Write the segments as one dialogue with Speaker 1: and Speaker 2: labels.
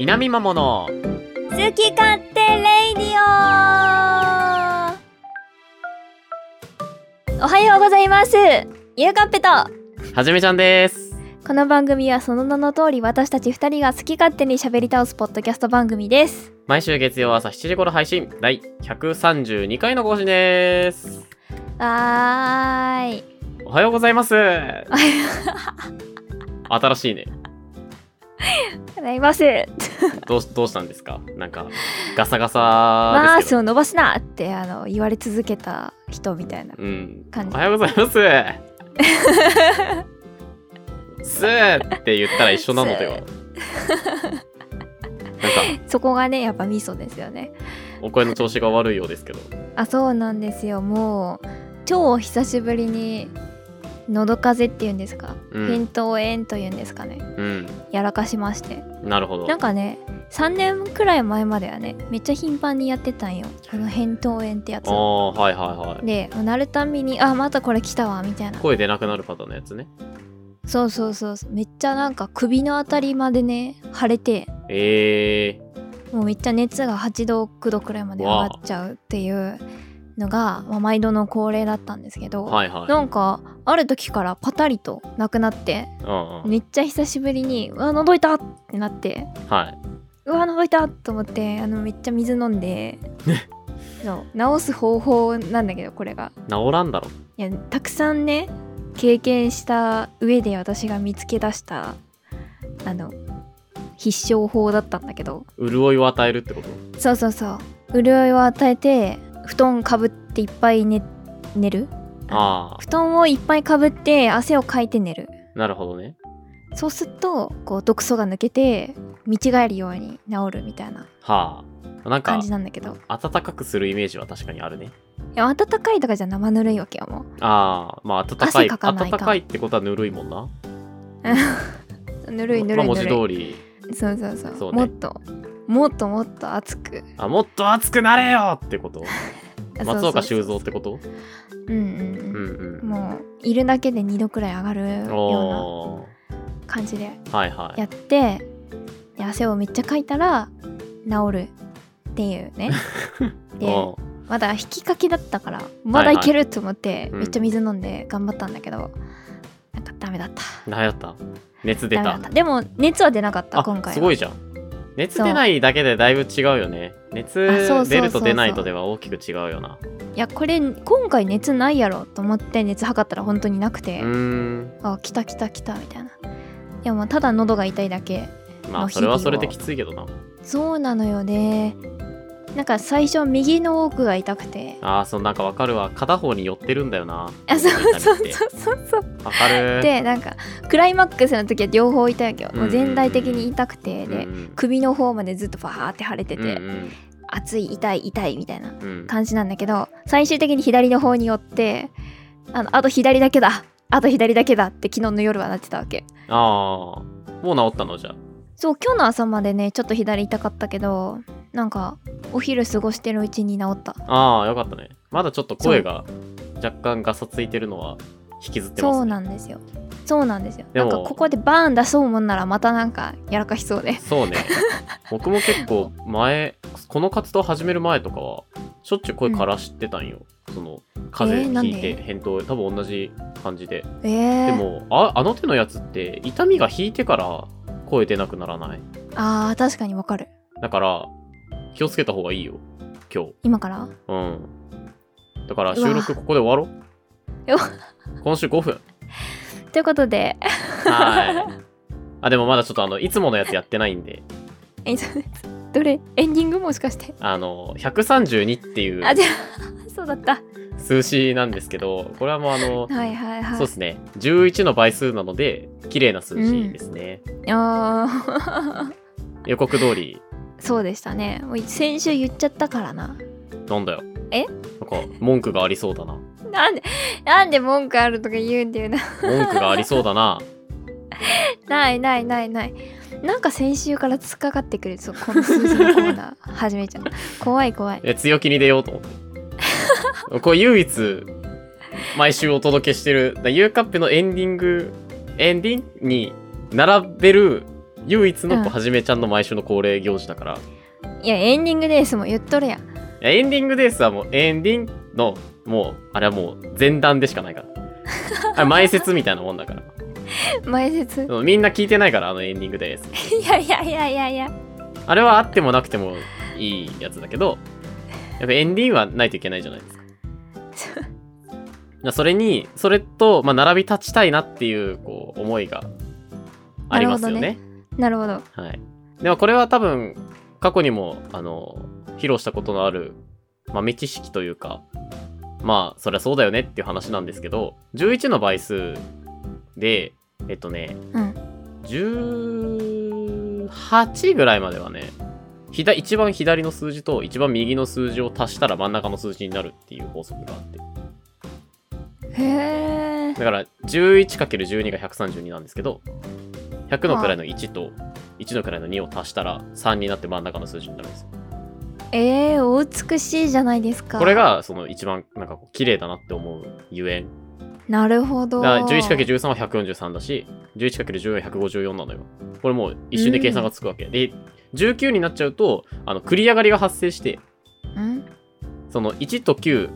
Speaker 1: 南桃の
Speaker 2: 好き勝手レイディオおはようございますゆうかっぺと
Speaker 1: はじめちゃんです
Speaker 2: この番組はその名の通り私たち二人が好き勝手に喋り倒すポッドキャスト番組です
Speaker 1: 毎週月曜朝7時頃配信第132回の更新です
Speaker 2: わーい
Speaker 1: おはようございます 新しいね
Speaker 2: ございます
Speaker 1: どうしどうしたんですかなんかガサガ
Speaker 2: マ
Speaker 1: サ
Speaker 2: ー
Speaker 1: ですけ
Speaker 2: ス
Speaker 1: ど
Speaker 2: を伸ばすなってあの言われ続けた人みたいな
Speaker 1: うん
Speaker 2: 感じ
Speaker 1: おはようござ いますすーって言ったら一緒なのではなんか
Speaker 2: そこがねやっぱミソですよね
Speaker 1: お声の調子が悪いようですけど
Speaker 2: あそうなんですよもう超久しぶりに喉風邪っていうんですか、
Speaker 1: うん
Speaker 2: 扁桃炎というんですかね
Speaker 1: うん
Speaker 2: やらかしまして
Speaker 1: なるほど
Speaker 2: なんかね3年くらい前まではねめっちゃ頻繁にやってたんよこの扁桃炎ってやつ
Speaker 1: ああはいはいはい
Speaker 2: でなるたんびにあまたこれ来たわみたいな
Speaker 1: 声出なくなるパターンのやつね
Speaker 2: そうそうそうそうめっちゃなんか首のあたりまでね腫れて
Speaker 1: え
Speaker 2: もうめっちゃ熱が8度9度くらいまで上がっちゃうっていうのが、まあ、毎度の恒例だったんですけど、
Speaker 1: ー、はいはい
Speaker 2: なんかある時からパタリとなくなって
Speaker 1: うんうん
Speaker 2: めっちゃ久しぶりにうわ喉痛ってなって
Speaker 1: は
Speaker 2: うわ喉痛と思ってあのめっちゃ水飲んでそう治す方法なんだけどこれが
Speaker 1: い治らんだろ
Speaker 2: いやたくさんね経験した上で私が見つけ出したあの必勝法だったんだけど
Speaker 1: 潤いを与えるってこと
Speaker 2: そうそうそう潤いを与えて布団かぶっていっぱい寝寝る
Speaker 1: あ
Speaker 2: 布団をいっぱいかぶって汗をかいて寝る
Speaker 1: あなるほどね
Speaker 2: そうするとこう毒素が抜けて見違えるように治るみたいな
Speaker 1: はあなんか
Speaker 2: 感じなんだけど
Speaker 1: 暖かくするイメージは確かにあるね
Speaker 2: いや暖かいとかじゃ生ぬるいわけよもう
Speaker 1: ああまあ暖かい
Speaker 2: 汗かかない
Speaker 1: 暖
Speaker 2: か
Speaker 1: かいってことはぬるいもんな
Speaker 2: ぬるいぬ
Speaker 1: ま
Speaker 2: る
Speaker 1: あ
Speaker 2: い
Speaker 1: 文
Speaker 2: ぬ
Speaker 1: 字
Speaker 2: る
Speaker 1: 通
Speaker 2: い
Speaker 1: り
Speaker 2: そうそうそう
Speaker 1: そうね
Speaker 2: もっともっともっと熱く
Speaker 1: あもっと熱くなれよってこと
Speaker 2: あ
Speaker 1: 松
Speaker 2: そうそう
Speaker 1: 岡修造ってこと
Speaker 2: うんうん
Speaker 1: う
Speaker 2: うん、
Speaker 1: ん
Speaker 2: もういるだけで2度くらい上がる
Speaker 1: うん
Speaker 2: よ
Speaker 1: おお
Speaker 2: うな感じで
Speaker 1: はいはい
Speaker 2: やってで汗をめっちゃかいたら治るっていう ねで
Speaker 1: お
Speaker 2: まだ引きかけだったからまだいけると思って
Speaker 1: うん
Speaker 2: めっちゃ水飲んで頑張ったんだけど、なんかダメだった
Speaker 1: 何やった熱出
Speaker 2: ダメだ
Speaker 1: た
Speaker 2: ったでも熱は出なかった今
Speaker 1: あ
Speaker 2: 回は
Speaker 1: すごいじゃん熱出ないだけでだいぶ違うよね熱
Speaker 2: あそうそうそう
Speaker 1: 出ると出ないとでは大きく違うよない
Speaker 2: やこれ今回熱ないやろと思って熱測ったら本当になくて、
Speaker 1: うーん
Speaker 2: あ来た来た来たみたいないやもうただ喉が痛いだけ
Speaker 1: ま
Speaker 2: ま
Speaker 1: あ
Speaker 2: あ
Speaker 1: それは
Speaker 2: 日々を
Speaker 1: それできついけどな
Speaker 2: そうなのよねなんか最初右の奥が痛くて
Speaker 1: あーそうなんかわかるわ片方に寄ってるんだよな
Speaker 2: あそうそう
Speaker 1: 痛みって
Speaker 2: そうそうそう
Speaker 1: わかる
Speaker 2: でなんかクライマックスの時は両方痛いわけど、も
Speaker 1: う
Speaker 2: う
Speaker 1: んうんうん
Speaker 2: 全体的に痛くてで、
Speaker 1: うん
Speaker 2: 首の方までずっとバーって腫れて
Speaker 1: う
Speaker 2: て、
Speaker 1: んうん
Speaker 2: 熱い痛い痛いみたいな
Speaker 1: うんうん
Speaker 2: 感じなんだけど最終的に左の方に寄ってあのあと左だけだあと左だけだって昨日の夜はなってたわけ
Speaker 1: ああもう治ったのじゃあ
Speaker 2: そう今日の朝までねちょっと左痛かったけどなんかお昼過ごしてるうちに治った
Speaker 1: ああよかったねまだちょっと声が若干ガサついてるのは引きずってます、ね、
Speaker 2: そうなんですよそうなんですよ
Speaker 1: で
Speaker 2: な
Speaker 1: も
Speaker 2: んかここでバーン出そうもんならまたなんかやらかしそうで
Speaker 1: そうね僕も結構前この活動始める前とかはしょっちゅう声枯らしてたんよ、その風
Speaker 2: えー
Speaker 1: 邪
Speaker 2: なん
Speaker 1: ひ
Speaker 2: で
Speaker 1: いて返答多分同じ感じで、
Speaker 2: ええ
Speaker 1: で
Speaker 2: ー、
Speaker 1: もああの手のやつって痛みが引いてから声出なくならない
Speaker 2: あー確かにわかる
Speaker 1: だから気をつけた方がいいよ今日
Speaker 2: 今から
Speaker 1: うんだから
Speaker 2: うわ
Speaker 1: 収録ここで終わろ
Speaker 2: よ
Speaker 1: う今週5分
Speaker 2: ということで
Speaker 1: はい あでもまだちょっとあのいつものやつやってないんで
Speaker 2: えそうですどれエンディングもしかして
Speaker 1: あの132っていう
Speaker 2: あじゃあ そうだった
Speaker 1: 数字なんですけどこれはもうあの
Speaker 2: はいはいはい
Speaker 1: そうですね11の倍数なので綺麗な数字ですね、
Speaker 2: あー
Speaker 1: 予告通り
Speaker 2: そうでしたねもう先週言っちゃったからな
Speaker 1: なんだよ
Speaker 2: え
Speaker 1: なんか文句がありそうだな
Speaker 2: なんでなんで文句あるとか言うんだよな
Speaker 1: 文句がありそうだな
Speaker 2: ないないないないなんか先週から突っかかってくるそうこの数字のコ ーナー始めちゃう怖い怖い
Speaker 1: え強気に出ようと思 ってこれ唯一毎週お届けしてるだゆうかっぺのエンディングエンディングに並べる唯一の
Speaker 2: う
Speaker 1: こ
Speaker 2: ん
Speaker 1: うはじめちゃんの毎週の恒例行事だから、い
Speaker 2: いやエンディングですもん言っとるやん
Speaker 1: やエンディングデースはもうエンディングのもうあれはもう前段でしかないから あれ前説みたいなもんだから
Speaker 2: 前説
Speaker 1: うんみんな聞いてないからあのエンディングデース
Speaker 2: いやいやいやいやいや
Speaker 1: あれはあってもなくてもいいやつだけどやっぱエンディングはないといけないじゃないですか いやそれにそれと、まあ、並び立ちたいなっていうこう思いがありますよ
Speaker 2: な
Speaker 1: ね
Speaker 2: るなるほど
Speaker 1: はい。でもこれは多分、過去にも、あの、披露したことのある、豆知識というか、まあ、そりゃそうだよねっていう話なんですけど、11の倍数で、えっとね、
Speaker 2: うん
Speaker 1: 18ぐらいまではね、左一番左の数字と一番右の数字を足したら真ん中の数字になるっていう法則があって。
Speaker 2: へえ
Speaker 1: だから 11×12 が132なんですけど100の位の1と1の位の2を足したら3になって真ん中の数字になるんですよ。
Speaker 2: えー、お美しいじゃないですか
Speaker 1: これがその一番なんかこう綺麗だなって思うゆえん。
Speaker 2: なるほど
Speaker 1: だから 11×13 は143だし 11×14 は154なのよ。これもう一瞬で計算がつくわけ。で19になっちゃうとあの繰り上がりが発生して
Speaker 2: うん
Speaker 1: その1と9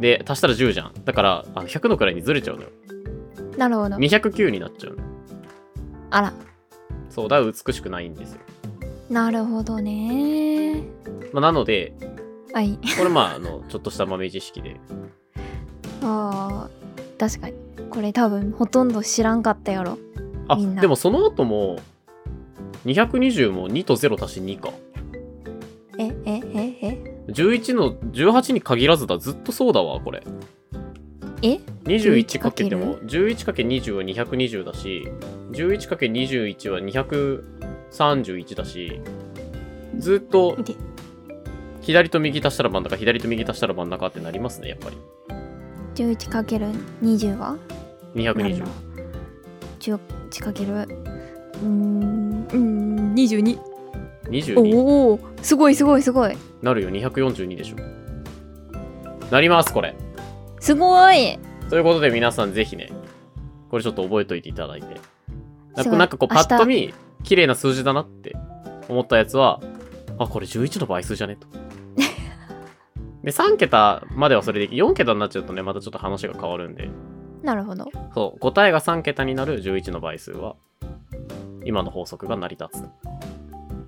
Speaker 1: で足したら10じゃん。だからあの100の位にずれちゃうのよ。
Speaker 2: なるほど
Speaker 1: 209になっちゃうのよ。
Speaker 2: あら
Speaker 1: そうだから美しくないんですよ。
Speaker 2: なるほどね
Speaker 1: まあ、なので
Speaker 2: はい
Speaker 1: これまああの ちょっとした豆知識で
Speaker 2: あー確かにこれ多分ほとんど知らんかったやろ
Speaker 1: あ
Speaker 2: みんな
Speaker 1: でもその後も220も2と0足し2か
Speaker 2: えええ
Speaker 1: 11の18に限らずだずっとそうだわこれ
Speaker 2: ええ
Speaker 1: 21かけても 11×20 は220だし 11×21 は231だしずっと
Speaker 2: で
Speaker 1: 左と右足したら真ん中左と右足したら真ん中ってなりますねやっぱり
Speaker 2: 11×20 は何
Speaker 1: 220
Speaker 2: の 11× うーんうーん22
Speaker 1: 22
Speaker 2: おおすごいすごいすごい
Speaker 1: なるよ242でしょなりますこれ
Speaker 2: すごい
Speaker 1: ということで皆さんぜひね、これちょっと覚えといていただいて。なん
Speaker 2: そ
Speaker 1: か
Speaker 2: う
Speaker 1: なんかこうパ
Speaker 2: 明日
Speaker 1: ッと見、綺麗な数字だなって思ったやつは、あ、これ11の倍数じゃ ねと。で、3桁まではそれでいい。4桁になっちゃうとね、またちょっと話が変わるんで。
Speaker 2: なるほど
Speaker 1: そう、答えが3桁になる11の倍数は、今の法則が成り立つ。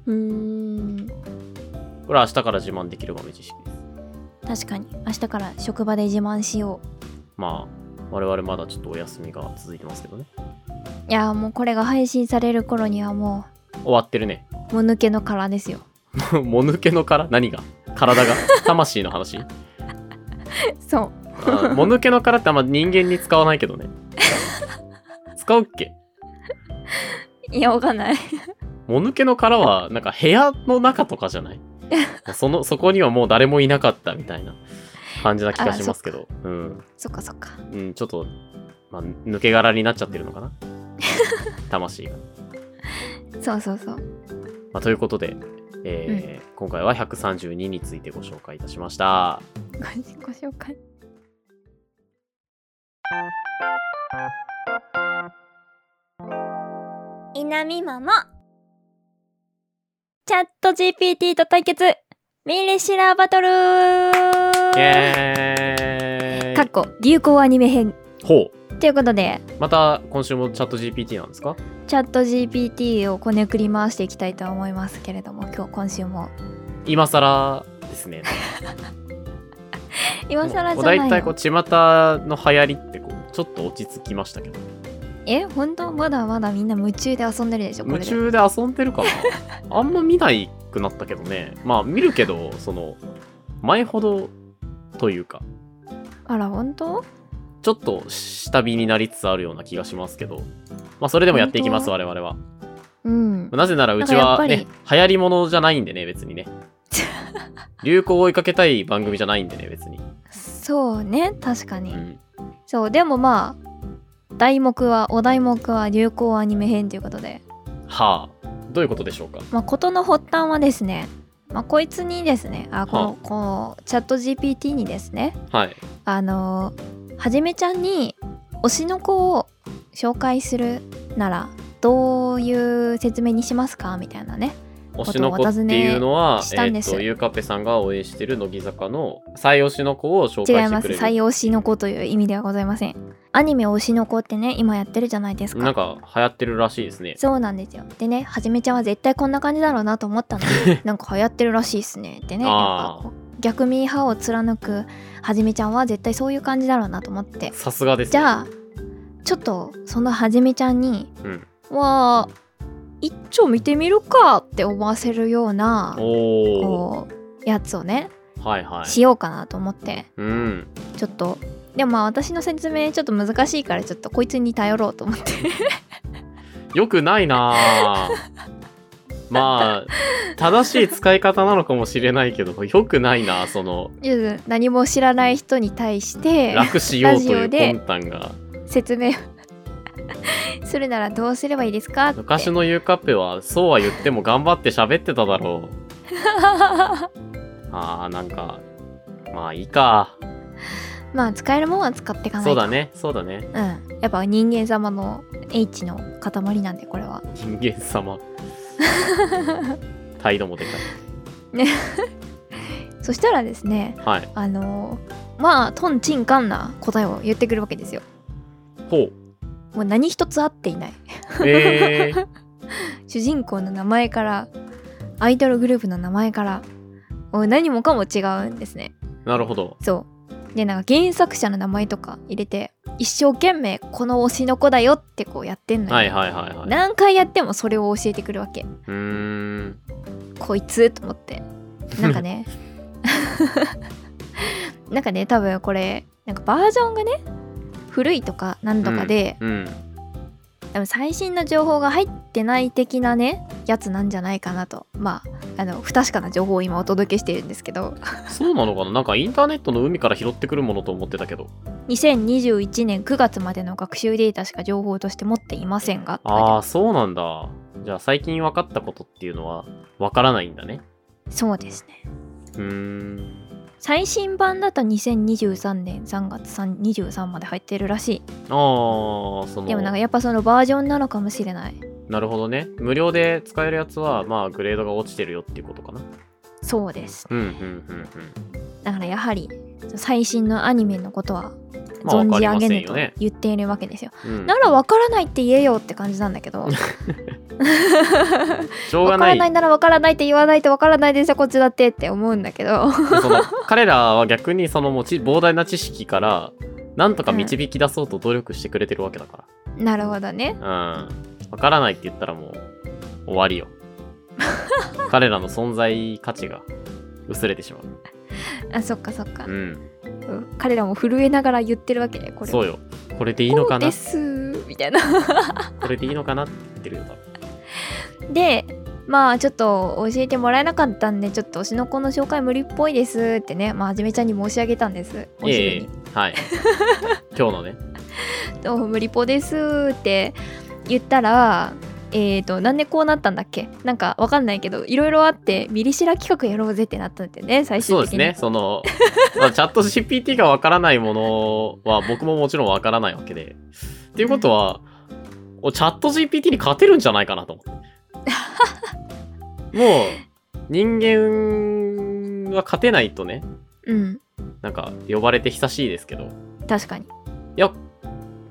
Speaker 2: うーん
Speaker 1: これは明日から自慢できる豆知識です。
Speaker 2: 確かに明日から職場で自慢しよ
Speaker 1: まあ、我々まだちょっとお休みが続いてますけどね。
Speaker 2: ういやーもうこれが配信される頃にはも
Speaker 1: 終わってるね。
Speaker 2: うもぬけの殻ですよ
Speaker 1: もぬけの殻何が体が魂の話
Speaker 2: そう
Speaker 1: あもぬけの殻ってあんま人間に使わないけどね。使うっけ
Speaker 2: いやわかんない
Speaker 1: もぬけの殻は、なんか部屋の中とかじゃないその、そこにはもう誰もいなかったみたいな感じな気がしますけど。うん。
Speaker 2: そっかそっか
Speaker 1: うん、ちょっと、まあ、抜け殻になっちゃってるのかな 魂が。
Speaker 2: そうそうそう
Speaker 1: まあ、ということで、えー今回は132についてご紹介いたしました。
Speaker 2: ごご紹介いなみまもチャット GPT と対決ミリシラバトル
Speaker 1: イエーイ
Speaker 2: かっこ流行アニメ編
Speaker 1: ほう。
Speaker 2: ということで
Speaker 1: また今週もチャット GPT なんですか
Speaker 2: チャット GPT をこねくり回していきたいと思いますけれども今日今週も
Speaker 1: 今更ですね。
Speaker 2: 今更じゃ
Speaker 1: だ
Speaker 2: ないい
Speaker 1: たいこ
Speaker 2: よ
Speaker 1: う巷の流行りってこうちょっと落ち着きましたけど
Speaker 2: え本当まだまだみんな夢中で遊んでるでしょこれ
Speaker 1: 夢
Speaker 2: で
Speaker 1: 中で遊んで るかなあんま見ないくなったけどねまあ見るけどその前ほどというか
Speaker 2: あら本当
Speaker 1: ちょっと下火になりつつあるような気がしますけどまあそれでもやっていきます我々は
Speaker 2: うん
Speaker 1: なぜならうち
Speaker 2: な
Speaker 1: は
Speaker 2: んかやっ
Speaker 1: ね流行りものじゃないんでね別に ね流行を追いかけたい番組じゃないんでね別に、
Speaker 2: そうね確か
Speaker 1: う
Speaker 2: に、
Speaker 1: ん、
Speaker 2: そうでもまあ題目はお題目は流行アニメ編ということで、
Speaker 1: はあどういうことでしょうか
Speaker 2: まあ、事の発端はですね、まあ、こいつにですねあこ
Speaker 1: は
Speaker 2: のこのチャット GPT にですね
Speaker 1: はい
Speaker 2: あのはじめちゃんに推しの子を紹介するならどういう説明にしますかみたいなね
Speaker 1: 推しの子っていうのは
Speaker 2: ことをお尋ね、した
Speaker 1: え
Speaker 2: ん
Speaker 1: っ、
Speaker 2: です
Speaker 1: と、ゆうかっぺさんが応援してる乃木坂の最推しの子を紹
Speaker 2: 違
Speaker 1: 介
Speaker 2: い
Speaker 1: して
Speaker 2: ます
Speaker 1: くれる。
Speaker 2: 最推しの子という意味ではございませんアニメ推しの子ってね今やってるじゃないですか
Speaker 1: なんか流行ってるらしいですね。
Speaker 2: そうなんですよでねはじめちゃんは絶対こんな感じだろうなと 思ったのなんか流行ってるらしいっすねってね
Speaker 1: あー
Speaker 2: なんかこう逆ミーハーを貫くはじめちゃんは絶対そういう感じだろうなと思って
Speaker 1: さすがです、ね。
Speaker 2: じゃあちょっとそのはじめちゃんに
Speaker 1: うん。
Speaker 2: わあ一丁見てみるかって思わせるような
Speaker 1: おお。
Speaker 2: こうやつをね、
Speaker 1: はいはい。
Speaker 2: しようかなと思って
Speaker 1: うん。
Speaker 2: ちょっとでもまあ私の説明ちょっと難しいからちょっとこいつに頼ろうと思って
Speaker 1: よくないなあまあ、正しい使い方なのかもしれないけど、よくないなあその、
Speaker 2: ゆず何も知らない人に 対して
Speaker 1: 楽しようとい
Speaker 2: ラジオ
Speaker 1: う
Speaker 2: で
Speaker 1: 魂胆が。
Speaker 2: 説明を するならどうすればいいですかって
Speaker 1: 昔のゆうかっぺは、そうは言っても頑張って喋ってただろう。ああ、なんか、まあいいか。
Speaker 2: まあ使えるもんは使っていかないと
Speaker 1: そうだね、そうだね。
Speaker 2: うん、やっぱ人間様の H の塊なんでこれは
Speaker 1: 人間様。態度もでか
Speaker 2: そしたらですね
Speaker 1: い。はい。
Speaker 2: あのまあトンチンカンな答えを言ってくるわけですよ
Speaker 1: ほう。
Speaker 2: もう何一つ合っていない
Speaker 1: え ー、
Speaker 2: 主人公の名前からアイドルグループの名前からもう何もかも違うんですね
Speaker 1: なるほど。
Speaker 2: そうでなんか原作者の名前とか入れて一生懸命この推しの子だよってこうやってんのよ、
Speaker 1: はいはいはいはい。
Speaker 2: 何回やってもそれを教えてくるわけ
Speaker 1: うーん。
Speaker 2: こいつと思ってなん かねなんかね多分これなんかバージョンがね古いとかなんとかで、
Speaker 1: うん。
Speaker 2: 多分最新の情報が入ってない的なねやつなんじゃないかなとまああの不確かな情報を今お届けしてるんですけど
Speaker 1: そうなのかななんかインターネットの海から拾ってくるものと思ってたけど。
Speaker 2: 2021年9月までの学習データしか情報として持っていませんが
Speaker 1: ああ、そうなんだ。じゃあ最近分かったことっていうのは分からないんだね。
Speaker 2: そうですね
Speaker 1: うーん。
Speaker 2: 最新版だと2023年3月3 23まで入ってるらし
Speaker 1: ああ、そ
Speaker 2: いでもなんか
Speaker 1: の、
Speaker 2: やっぱそのバージョンなのかもしれない
Speaker 1: なるほどね。無料で使えるやつは、まあ、グレードが落ちてるよっていうことかな。
Speaker 2: そうです
Speaker 1: うん、うん、うん、うん。
Speaker 2: だからやはり最新のアニメのことは
Speaker 1: まあ
Speaker 2: 存じ上げぬ
Speaker 1: わかりませんよ
Speaker 2: と
Speaker 1: ね
Speaker 2: 言っているわけですよ,、
Speaker 1: うん、
Speaker 2: ならわからないって言えよって感じなんだけど
Speaker 1: しょうが
Speaker 2: わか
Speaker 1: な
Speaker 2: ら
Speaker 1: い。
Speaker 2: ないならわからないって言わないとわからないですよこっちだってって思うんだけど
Speaker 1: その彼らは逆にその持ち膨大な知識から、なんとか導き出そうと努力してくれてるわけだか
Speaker 2: なるほどね
Speaker 1: ら。うん。分からないって言ったらもう、終わり よ。彼らの存在価値が薄れてしまう。
Speaker 2: あそっかそっか、
Speaker 1: うん。
Speaker 2: うん彼らも震えながら言ってるわけねこれ
Speaker 1: そう
Speaker 2: よ
Speaker 1: よ。これでいいのかな
Speaker 2: ですみたいな
Speaker 1: これでいいのかなって言ってるよ、多分
Speaker 2: でまあちょっと教えてもらえなかったんでちょっと推しの子の紹介無理っぽいですってねまあはじめちゃんに申し上げたんですお
Speaker 1: い
Speaker 2: 昼
Speaker 1: え
Speaker 2: に
Speaker 1: いえ。 はい。今日のね。
Speaker 2: どうも無理ぽですって言ったらえーとなんでこうなったんだっけなんかわかんないけどいろいろあってミリシラ企画やろうぜってなったんだよね最終
Speaker 1: そうで
Speaker 2: 的
Speaker 1: す
Speaker 2: に
Speaker 1: ね。その、 まあ、チャット GPT がわからないものは僕ももちろんわからないわけで。っていうことは、おチャット GPT に勝てるんじゃないかなと思 って。もう、人間は勝てないとね、
Speaker 2: うん
Speaker 1: なんか呼ばれて久しいですけど、い
Speaker 2: 確かに
Speaker 1: や、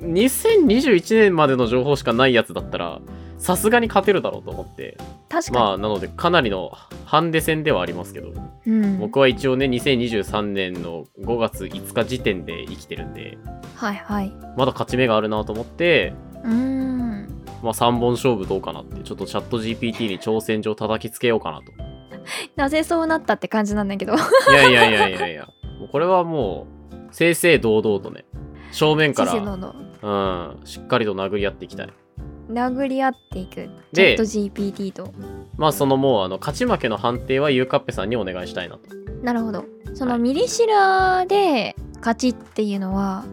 Speaker 1: 2021年までの情報しかないやつだったら、さすがに勝てるだろうと思って、
Speaker 2: 確かに、
Speaker 1: まあなのでかなりのハンデ戦ではありますけど
Speaker 2: うん
Speaker 1: 僕は一応ね2023年の5月5日時点で生きてるんで
Speaker 2: はいはい
Speaker 1: まだ勝ち目があるなと思って、
Speaker 2: うーん
Speaker 1: まあ、3本勝負どうかなってちょっとチャット GPT に挑戦状叩きつけようかなと
Speaker 2: なぜそうなったって感じなんだけど
Speaker 1: いやいやいやいやいやもうこれはもう正々堂々とね正面か
Speaker 2: 知
Speaker 1: ら、
Speaker 2: 性のの
Speaker 1: うん、しっかりと殴り合っていきたい
Speaker 2: 殴り合っていくチャッ
Speaker 1: で
Speaker 2: ト GPT と
Speaker 1: まあそのもうあの勝ち負けの判定はゆうかっぺさんにお願いしたいなと
Speaker 2: なるほどその
Speaker 1: はい
Speaker 2: ミリシラで勝ちっていうのは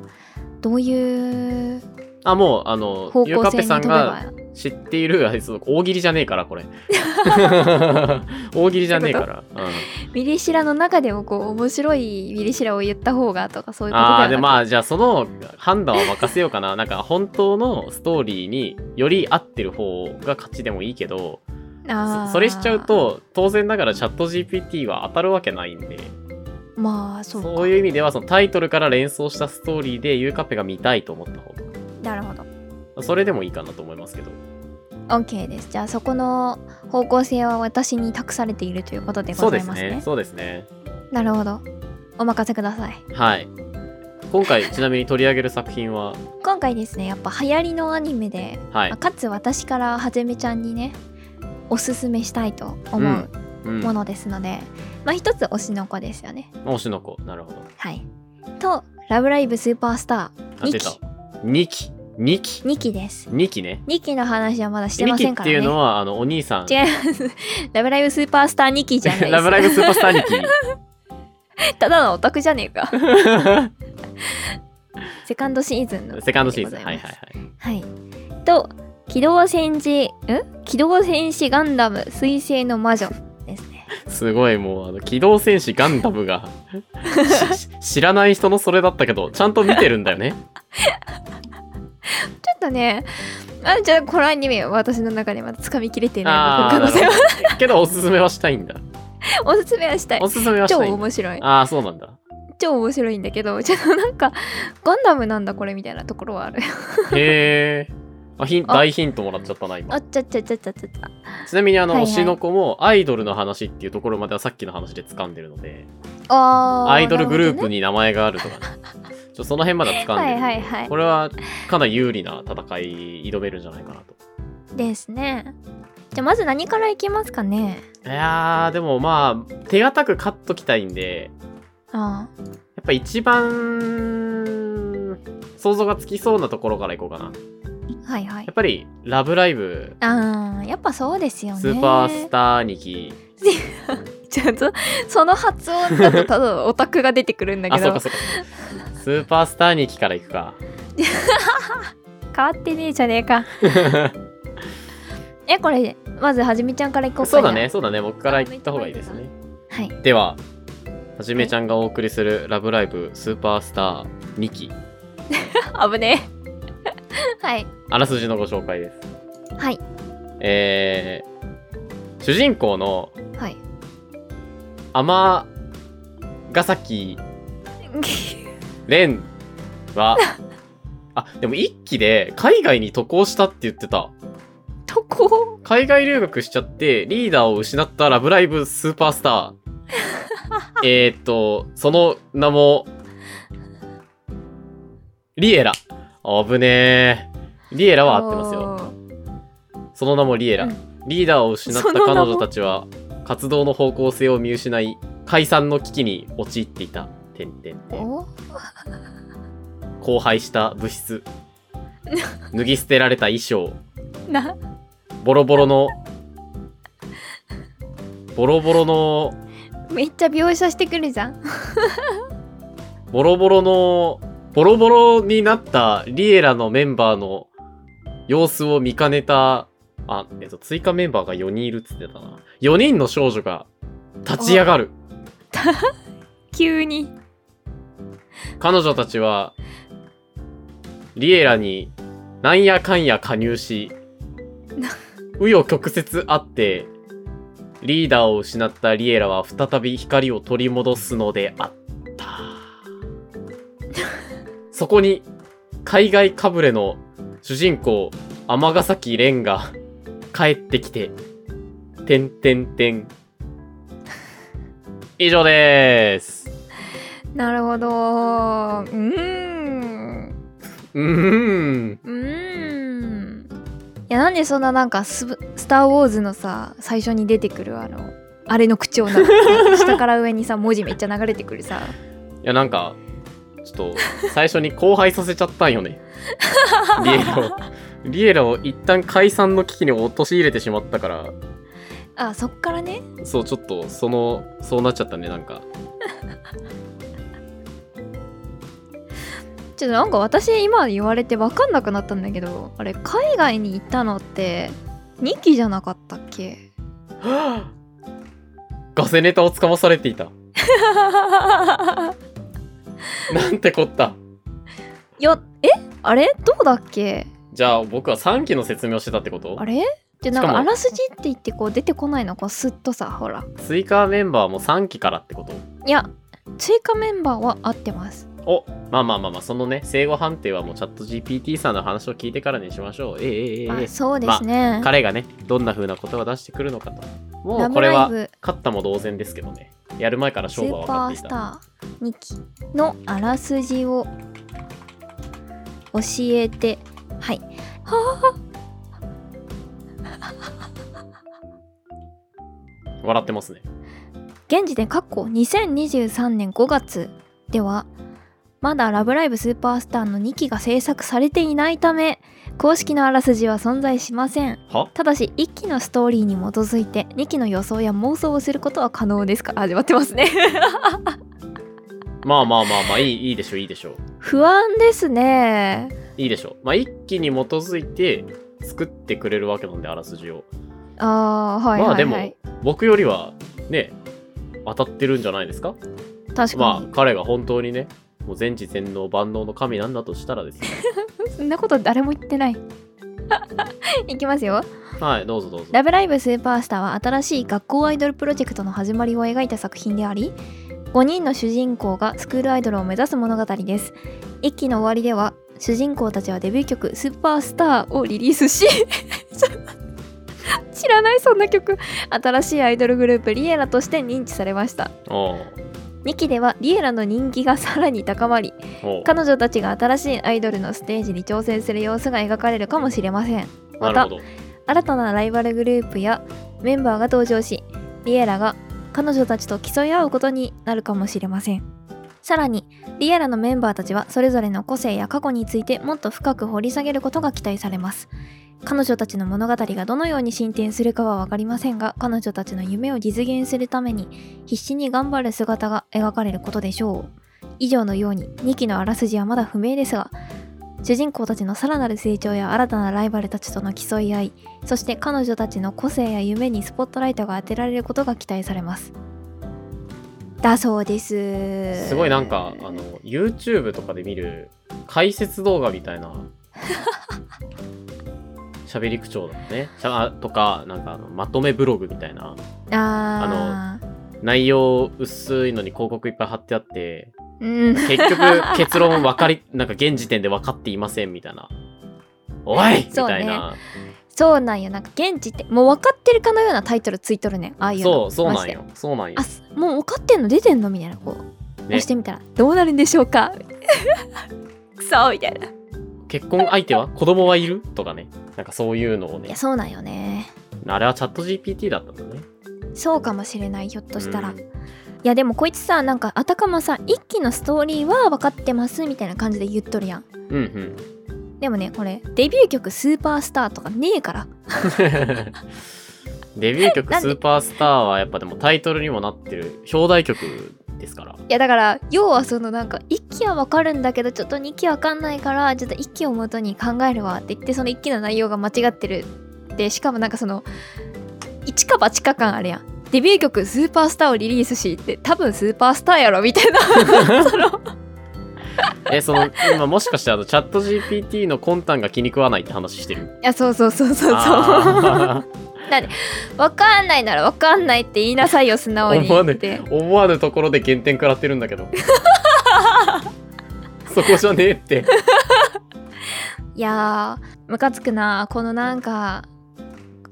Speaker 2: どういう
Speaker 1: あもうあの
Speaker 2: 方
Speaker 1: ゆう
Speaker 2: 向
Speaker 1: かっ
Speaker 2: 性
Speaker 1: ぺ
Speaker 2: に
Speaker 1: さ
Speaker 2: 飛
Speaker 1: ん
Speaker 2: べ
Speaker 1: が
Speaker 2: ば
Speaker 1: 知っている、あそう大喜利じゃねえから、こ れ。 大喜利じゃねえから。うん
Speaker 2: ミリシラの中でもこう面白いミリシラを言った方がとかそういうことで
Speaker 1: あ
Speaker 2: は
Speaker 1: あ、
Speaker 2: な
Speaker 1: で、
Speaker 2: く
Speaker 1: まあ、じゃあ、その判断は任せようかな。なんか、本当のストーリーにより合ってる方が勝ちでもいいけど、
Speaker 2: あ
Speaker 1: そ
Speaker 2: ー
Speaker 1: それしちゃうと、当然ながらチャット GPT は当たるわけないんで、
Speaker 2: まあそ
Speaker 1: そうう
Speaker 2: か
Speaker 1: いう意味では、そのタイトルから連想したストーリーで、ゆうカペが見たいと思った方
Speaker 2: なるほど
Speaker 1: が、それでもいいかなと思いますけど。
Speaker 2: OK ですじゃあそこの方向性は私に託されているということで
Speaker 1: そ
Speaker 2: ご
Speaker 1: う
Speaker 2: ざ
Speaker 1: で
Speaker 2: い
Speaker 1: す
Speaker 2: ますね
Speaker 1: ね。そうですね。
Speaker 2: なるほどお任せください
Speaker 1: はい。今回、ちなみに取り上げる作品は、
Speaker 2: 今回ですねやっぱ流行りのアニメで、
Speaker 1: はい
Speaker 2: まあ。かつ私からはじめちゃんにねおすすめしたいと思う
Speaker 1: うん。
Speaker 2: ものですので、まあ一つ推しの子ですよね
Speaker 1: 推しの子。なるほど。
Speaker 2: はいと「ラブライブスーパースター
Speaker 1: あ、
Speaker 2: 二
Speaker 1: 出
Speaker 2: 期
Speaker 1: た。2期。2期。」
Speaker 2: 2期です
Speaker 1: 2期ね。
Speaker 2: 2期の話はまだして
Speaker 1: 2
Speaker 2: ま
Speaker 1: 期
Speaker 2: せん
Speaker 1: っ
Speaker 2: から
Speaker 1: て
Speaker 2: ね
Speaker 1: いうのは、あの、お兄さん。
Speaker 2: 違い ます。ラブライブスーパースター2期じゃないです。
Speaker 1: ラブライブスーパースター2期。
Speaker 2: ただのオタクじゃねえ か。セカンドシーズンの。
Speaker 1: セカンドシーズン。は
Speaker 2: でござ
Speaker 1: い
Speaker 2: い
Speaker 1: はい
Speaker 2: ま
Speaker 1: は
Speaker 2: す
Speaker 1: い。
Speaker 2: はい。と、機動戦士、ん機動戦士ガンダム、水星の魔女ですね。
Speaker 1: すごいもう、あの、機動戦士ガンダム が、し知らない人のそれだったけど、ちゃんと見てるんだよ ね。
Speaker 2: ちょっとね、あじゃあこのアニメ私の中でまだ掴みきれてない
Speaker 1: あ
Speaker 2: 可能性は
Speaker 1: あ、けどおすすめはしたいんだ。
Speaker 2: おすすめはしたい
Speaker 1: お。すすめはし
Speaker 2: 超
Speaker 1: たいんだ。
Speaker 2: 面白い。
Speaker 1: ああ、そうなんだ。
Speaker 2: 超面白いんだけど、ちょっとなんか、ガンダムなんだこれみたいなところはある。
Speaker 1: へえ。あヒン
Speaker 2: あ
Speaker 1: 大ヒントもらっちゃったな、今
Speaker 2: あ。っちゃっちゃっちゃっちゃっちゃっちゃ。
Speaker 1: ちなみにあの、
Speaker 2: はいはい
Speaker 1: 推しの子もアイドルの話っていうところまではさっきの話で掴んでるので
Speaker 2: あー
Speaker 1: アイドルグルー
Speaker 2: なるほど
Speaker 1: プ
Speaker 2: ね
Speaker 1: に名前があるとか、ね、ちょその辺までは掴んでるので、
Speaker 2: はいはいはい
Speaker 1: これはかなり有利な戦い挑めるんじゃないかなと。
Speaker 2: ですねじゃあまず何からいきますかね
Speaker 1: いやーでもまあ手堅く勝っときたいんで
Speaker 2: あ
Speaker 1: やっぱ一番想像がつきそうなところからいこうかな。
Speaker 2: あはいはい
Speaker 1: やっぱり「ラブライブ!」
Speaker 2: あーやっぱそうですよね
Speaker 1: スーパースター2期
Speaker 2: ちょっとその発音だとただのオタクが出てくるんだ
Speaker 1: あ
Speaker 2: け
Speaker 1: そう
Speaker 2: ど
Speaker 1: かそうかスーパースター2期からいくか
Speaker 2: 変わってねえじゃねえ かえこれまずはじめちゃんからいこうか
Speaker 1: そうだねそうだね僕から言った方がいいですね
Speaker 2: はい
Speaker 1: でははじめちゃんがお送りする「ラブライブスーパースター2期
Speaker 2: 危ねえ はい」
Speaker 1: あらすじのご紹介です
Speaker 2: はい
Speaker 1: えー、主人公の
Speaker 2: はい
Speaker 1: 天ヶ崎蓮 はあでも1期で海外に渡航したって言ってた
Speaker 2: とこ
Speaker 1: 海外留学しちゃってリーダーを失った「ラブライブスーパースタ ー」えーっとその名もリエラあぶねえリエラは合ってますよ
Speaker 2: よ
Speaker 1: その名もリエラ、
Speaker 2: うん
Speaker 1: リーダーを失った
Speaker 2: その
Speaker 1: 彼
Speaker 2: 名も
Speaker 1: 女たちは活動の方向性を見失い解散の危機に陥っていた点々点
Speaker 2: お
Speaker 1: 荒廃した物 質脱ぎ捨てられた衣装
Speaker 2: な
Speaker 1: ボロボロのボロボロの
Speaker 2: めっちゃ描写してくるじゃん
Speaker 1: ボロボロのボロボロになったリエラのメンバーの様子を見かねたあ、えっと、追加メンバーが4人いるっつってたな4人の少女が立ち上がる
Speaker 2: 急に
Speaker 1: 彼女たちはリエラになんやかんや加入し
Speaker 2: な
Speaker 1: 紆余曲折あってリーダーを失ったリエラは再び光を取り戻すのであったそこに海外かぶれの主人公尼崎蓮が帰ってきて「てんてんてん」以上です
Speaker 2: なるほどうーん
Speaker 1: うーん
Speaker 2: うーんいやなんでそんななんかスブ「スター・ウォーズ」のさ最初に出てくるあのあれの口調なの 下から上にさ文字めっちゃ流れてくるさ
Speaker 1: いやなんかちょっと最初に荒廃させちゃったんよ ねリエラをリエラを一旦解散の危機に陥れてしまったから
Speaker 2: あそっからね
Speaker 1: そうちょっとそのそうなっちゃったねなんか
Speaker 2: ちょっとなんか私今言われて分かんなくなったんだけどあれ海外に行ったのって2期じゃなかったっ け
Speaker 1: ガセネタをつかまされてい た。なんてこった。
Speaker 2: いやえあれどうだっけ
Speaker 1: じゃあ僕は3期の説明をしてたってこと
Speaker 2: あれじゃなん
Speaker 1: しか
Speaker 2: か
Speaker 1: も
Speaker 2: あらすじって言ってこう出てこないのこうスッとさほら
Speaker 1: 追加メンバーも3期からってこと
Speaker 2: いや追加メンバーは合ってます
Speaker 1: おまあまあまあまあそのね生後判定はもうチャット GPT さんの話を聞いてからにしましょうええええええ
Speaker 2: あそうですね、
Speaker 1: 彼がねどんな風な言葉を出してくるのかとも
Speaker 2: ラ
Speaker 1: う
Speaker 2: ブ
Speaker 1: これ
Speaker 2: ライ
Speaker 1: は
Speaker 2: ブ
Speaker 1: 勝ったも同然ですけどねやる前から
Speaker 2: ス
Speaker 1: 勝負は分かっ
Speaker 2: ーパー
Speaker 1: てい
Speaker 2: ス
Speaker 1: た
Speaker 2: ター2期のあらすじを教えてはい
Speaker 1: 笑ってますね
Speaker 2: 現時点かっこ2023年5月ではまだ「ラブライブスーパースター」の2期が制作されていないため公式のあらすじは存在しません
Speaker 1: は
Speaker 2: ただし1期のストーリーに基づいて2期の予想や妄想をすることは可能ですから始まってます ね
Speaker 1: まあまあまあまあいいいいでしょういいでしょう
Speaker 2: 不安ですね
Speaker 1: いいでしょうまあ一気に基づいて作ってくれるわけなんであらすじを
Speaker 2: あーはいは
Speaker 1: ま
Speaker 2: い、
Speaker 1: あ
Speaker 2: はい
Speaker 1: でも僕よりはね当たってるんじゃないですか
Speaker 2: 確
Speaker 1: ま
Speaker 2: かに、
Speaker 1: あ彼が本当にねもう全知全能万能の神なんだとしたらですね
Speaker 2: そんなこと誰も言ってない いきますよ
Speaker 1: はいどうぞどうぞ
Speaker 2: ラブライブスーパースターは新しい学校アイドルプロジェクトの始まりを描いた作品であり5人の主人公がスクールアイドルを目指す物語です一期の終わりでは主人公たちはデビュー曲「スーパースター」をリリースし 知らないそんな曲新しいアイドルグループリエラとして認知されました
Speaker 1: おう
Speaker 2: 2期ではリエラの人気がさらに高まり
Speaker 1: おう
Speaker 2: 彼女たちが新しいアイドルのステージに挑戦する様子が描かれるかもしれませんま
Speaker 1: な
Speaker 2: た
Speaker 1: るほど
Speaker 2: 新たなライバルグループやメンバーが登場しリエラが彼女たちと競い合うことになるかもしれませんさらにリエラのメンバーたちはそれぞれの個性や過去についてもっと深く掘り下げることが期待されます彼女たちの物語がどのように進展するかは分かりませんが彼女たちの夢を実現するために必死に頑張る姿が描かれることでしょう以上のように2期のあらすじはまだ不明ですが主人公たちのさらなる成長や新たなライバルたちとの競い合いそして彼女たちの個性や夢にスポットライトが当てられることが期待されますだそうです
Speaker 1: すごいなんかあの YouTube とかで見る解説動画みたい な喋り口調だねしゃあとかなんかあのまとめブログみたいな
Speaker 2: ああ
Speaker 1: 内容薄いのに広告いっぱい貼ってあって
Speaker 2: うん
Speaker 1: 結局 結論分かりなんか現時点で分かっていませんみたいなおいみ
Speaker 2: そうね
Speaker 1: たいな
Speaker 2: そうなんよなんか現地ってもう分かってるかのようなタイトルついとるねんああいうの
Speaker 1: そうそう
Speaker 2: マ
Speaker 1: な
Speaker 2: ジ
Speaker 1: ん
Speaker 2: で
Speaker 1: よそうなんよ
Speaker 2: あすもう分かってんの出てんのみたいなこう、押
Speaker 1: ね
Speaker 2: してみたらどうなるんでしょうか くそみたいない
Speaker 1: 結婚相手は子供はいるとかねなんかそういうのをね
Speaker 2: やそうなんよね
Speaker 1: あれはチャット GPT だったんだね
Speaker 2: そうかもしれないひょっとしたら、
Speaker 1: うん
Speaker 2: いやでもこいつさなんかあたかもさ一期のストーリーは分かってますみたいな感じで言っとるやん
Speaker 1: うんうん
Speaker 2: でもねこれデビュー曲「スーパースター」とかねえから
Speaker 1: デビュー曲「
Speaker 2: なん
Speaker 1: ス
Speaker 2: で
Speaker 1: ーパースター」はやっぱでもタイトルにもなってる表題曲です から
Speaker 2: いやだから要はそのなんか一期はわかるんだけどちょっと2期わかんないからちょっと1期をもとに考えるわって言ってその1期の内容が間違ってるでしかもなんかその一か八か感あるやんデビュー曲「スーパースター」をリリースしって多分スーパースターやろみた いな
Speaker 1: えその今もしかしてあのチャット GPT の魂胆が気に食わないって話してる
Speaker 2: いやそうそうそうそうそう
Speaker 1: あ
Speaker 2: わかんないならわかんないって言いなさいよ素直に
Speaker 1: 思わぬ
Speaker 2: って
Speaker 1: ー思わぬところで減点食らってるんだ けどそこじゃねえって
Speaker 2: いやームカつくなこのなんか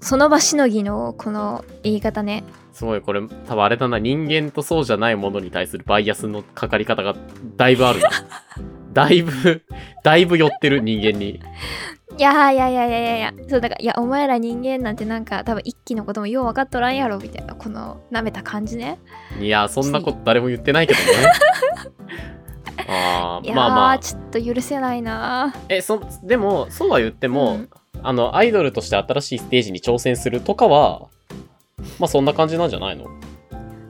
Speaker 2: その場しのぎのこの言い方ね
Speaker 1: すごいこれ多分あれだな人間とそうじゃないものに対するバイアスのかかり方がだいぶあるなだいぶだいぶ寄ってる人間に
Speaker 2: いやいやいやいやいやいやそうだからいやお前ら人間なんてなんか多分一期のこともよう分かっとらんやろみたいなこの舐めた感じね
Speaker 1: いやそんなこと誰も言ってないけどね あ
Speaker 2: い
Speaker 1: ー
Speaker 2: やー、
Speaker 1: まあまあ
Speaker 2: ちょっと許せないな
Speaker 1: えそでもそうは言っても、
Speaker 2: うん
Speaker 1: あのアイドルとして新しいステージに挑戦するとかはまあそんな感じなんじゃないの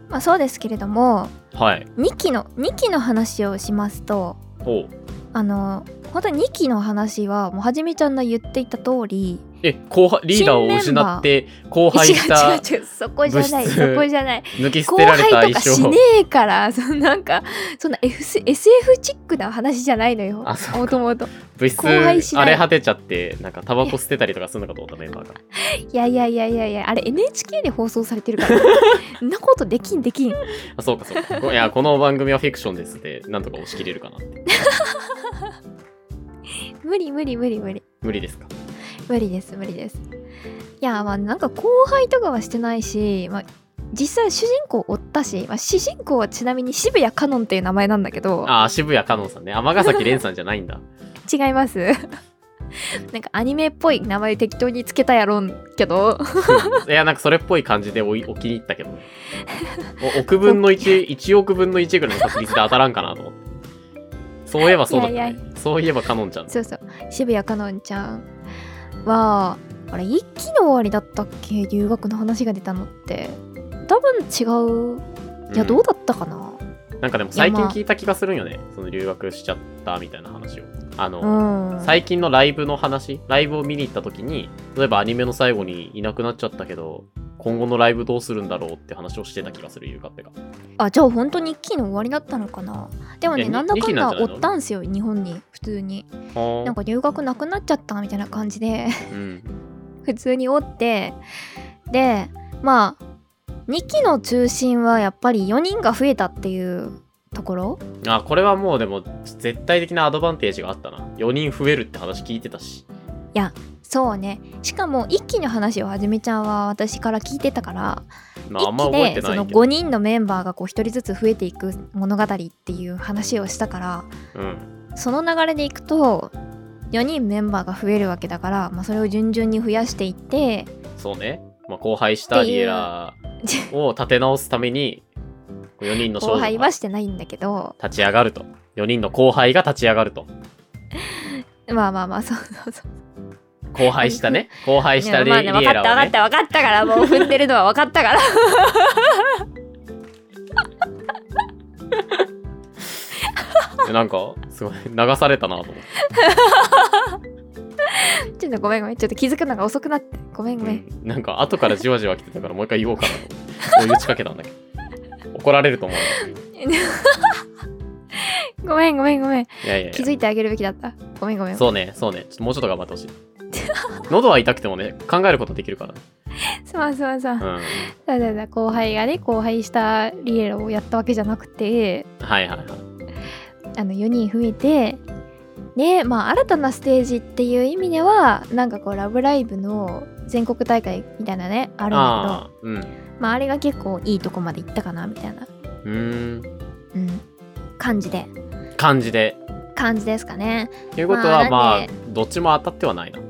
Speaker 2: まあそうですけれども
Speaker 1: はい
Speaker 2: 2期の2期の話をしますと
Speaker 1: おう
Speaker 2: あの本当に2期の話はもうはじめちゃんの言っていた通り
Speaker 1: え後輩リーダーを失って後輩し
Speaker 2: 違
Speaker 1: た
Speaker 2: う違う違うそこじゃない
Speaker 1: 物質
Speaker 2: そこじゃない
Speaker 1: 抜き捨
Speaker 2: 後
Speaker 1: てら
Speaker 2: 輩
Speaker 1: れた
Speaker 2: とか
Speaker 1: 衣
Speaker 2: し
Speaker 1: 装
Speaker 2: ねえからそのなんかそんな、F、SF チックな話じゃないのよ
Speaker 1: あそうか
Speaker 2: もともと
Speaker 1: 物
Speaker 2: 後輩し
Speaker 1: 質
Speaker 2: ない
Speaker 1: 荒れ果てちゃってなんかタバコ捨てたりとかするのかと思ったメンバーが
Speaker 2: いやいやいやいやいやあれ NHK で放送されてるからそんなことできんできん
Speaker 1: あそうかそう かこいやこの番組はフィクションですってなんとか押し切れるかなって
Speaker 2: 無理無理無理無理
Speaker 1: 無理ですか
Speaker 2: 無理です無理ですいやまあなんか後輩とかはしてないし、まあ、実際主人公追ったし、まあ、主人公はちなみに渋谷かのんっていう名前なんだけど
Speaker 1: あー渋谷香音さんね尼崎蓮さんじゃないんだ
Speaker 2: 違います なんかアニメっぽい名前適当につけたやろんけど
Speaker 1: いやなんかそれっぽい感じでおいお気に入 ったけどねお億分の11億分の1ぐらいの確率で当たらんかなと思ってそういえばそうだった、ね、
Speaker 2: いやいや
Speaker 1: そういえば香音ちゃん
Speaker 2: そうそう渋谷かのんちゃんはあれ一期の終わりだったっけ留学の話が出たのって多分違ういや
Speaker 1: ん
Speaker 2: どうだったかな
Speaker 1: なんかでも最
Speaker 2: い
Speaker 1: 近
Speaker 2: やまあ
Speaker 1: 聞いた気がするんよね、その留学しちゃったみたいな話をあの、
Speaker 2: うん、
Speaker 1: 最近のライブの話ライブを見に行った時に例えばアニメの最後にいなくなっちゃったけど今後のライブどうするんだろうって話をしてた気がするゆうかっぺが
Speaker 2: あじゃあ本当に1期の終わりだったのかなでも
Speaker 1: い
Speaker 2: ね
Speaker 1: や
Speaker 2: なんだか
Speaker 1: に二期
Speaker 2: んだ
Speaker 1: なんじゃないの
Speaker 2: 追ったんすよ日本に普通に
Speaker 1: は
Speaker 2: なんか留学なくなっちゃったみたいな感じで
Speaker 1: うん
Speaker 2: 普通に追ってでまあ2期の中心はやっぱり4人が増えたっていうところ
Speaker 1: あこれはもうでも絶対的なアドバンテージがあったな4人増えるって話聞いてたし
Speaker 2: そうねしかも1期の話をはじめちゃんは私から聞いてたから
Speaker 1: まああんま
Speaker 2: 1期
Speaker 1: 覚えて
Speaker 2: で
Speaker 1: な
Speaker 2: そ
Speaker 1: い
Speaker 2: の
Speaker 1: けど
Speaker 2: 5人のメンバーがこう1人ずつ増えていく物語っていう話をしたから
Speaker 1: うん
Speaker 2: その流れでいくと4人メンバーが増えるわけだから、まあ、それを順々に増やしていって
Speaker 1: そうね、まあ、後輩したリエラを立て直すために4人の少
Speaker 2: 後
Speaker 1: 女
Speaker 2: 輩は
Speaker 1: が
Speaker 2: してないんだけど
Speaker 1: 立ち上がると4人の後輩が立ち上がると
Speaker 2: まあまあまあそうそうそう。
Speaker 1: 後輩した ね後輩したリ,、
Speaker 2: まあね、分
Speaker 1: リ
Speaker 2: か
Speaker 1: エラ
Speaker 2: った分
Speaker 1: は
Speaker 2: か
Speaker 1: ね
Speaker 2: った分かったからもう踏んでるのは分かったから
Speaker 1: えなんかすごい流されたなと思って、
Speaker 2: ちょっとごめんごめんちょっと気づくのが遅くなってごめんご
Speaker 1: う
Speaker 2: めん、
Speaker 1: ん、なんか後からじわじわ来てたからもう一回言おうかなと思って打ちかけたんだけど怒られると思うよ
Speaker 2: ごめんごめんごめん
Speaker 1: いやいやいや
Speaker 2: 気づいてあげるべきだったごめんごめんそう
Speaker 1: そうねそうねちょっともうちょっと頑張ってほしい喉は痛くてもね考えることできるから、
Speaker 2: すまんすまんすまん、
Speaker 1: うん、
Speaker 2: だだだ後輩がね後輩したリエロをやったわけじゃなくて
Speaker 1: はいはいはい
Speaker 2: あの4人増えてでまあ新たなステージっていう意味ではなんかこう「ラブライブ!」の全国大会みたいなねあるんだ
Speaker 1: あーうんう
Speaker 2: けどまあ、あれが結構いいとこまで行ったかなみたいな、
Speaker 1: ーん
Speaker 2: うん、感じで
Speaker 1: 感じで
Speaker 2: 感じですかね
Speaker 1: ということ
Speaker 2: まあな
Speaker 1: は
Speaker 2: ん
Speaker 1: まあ
Speaker 2: で
Speaker 1: どっちも当たってはないな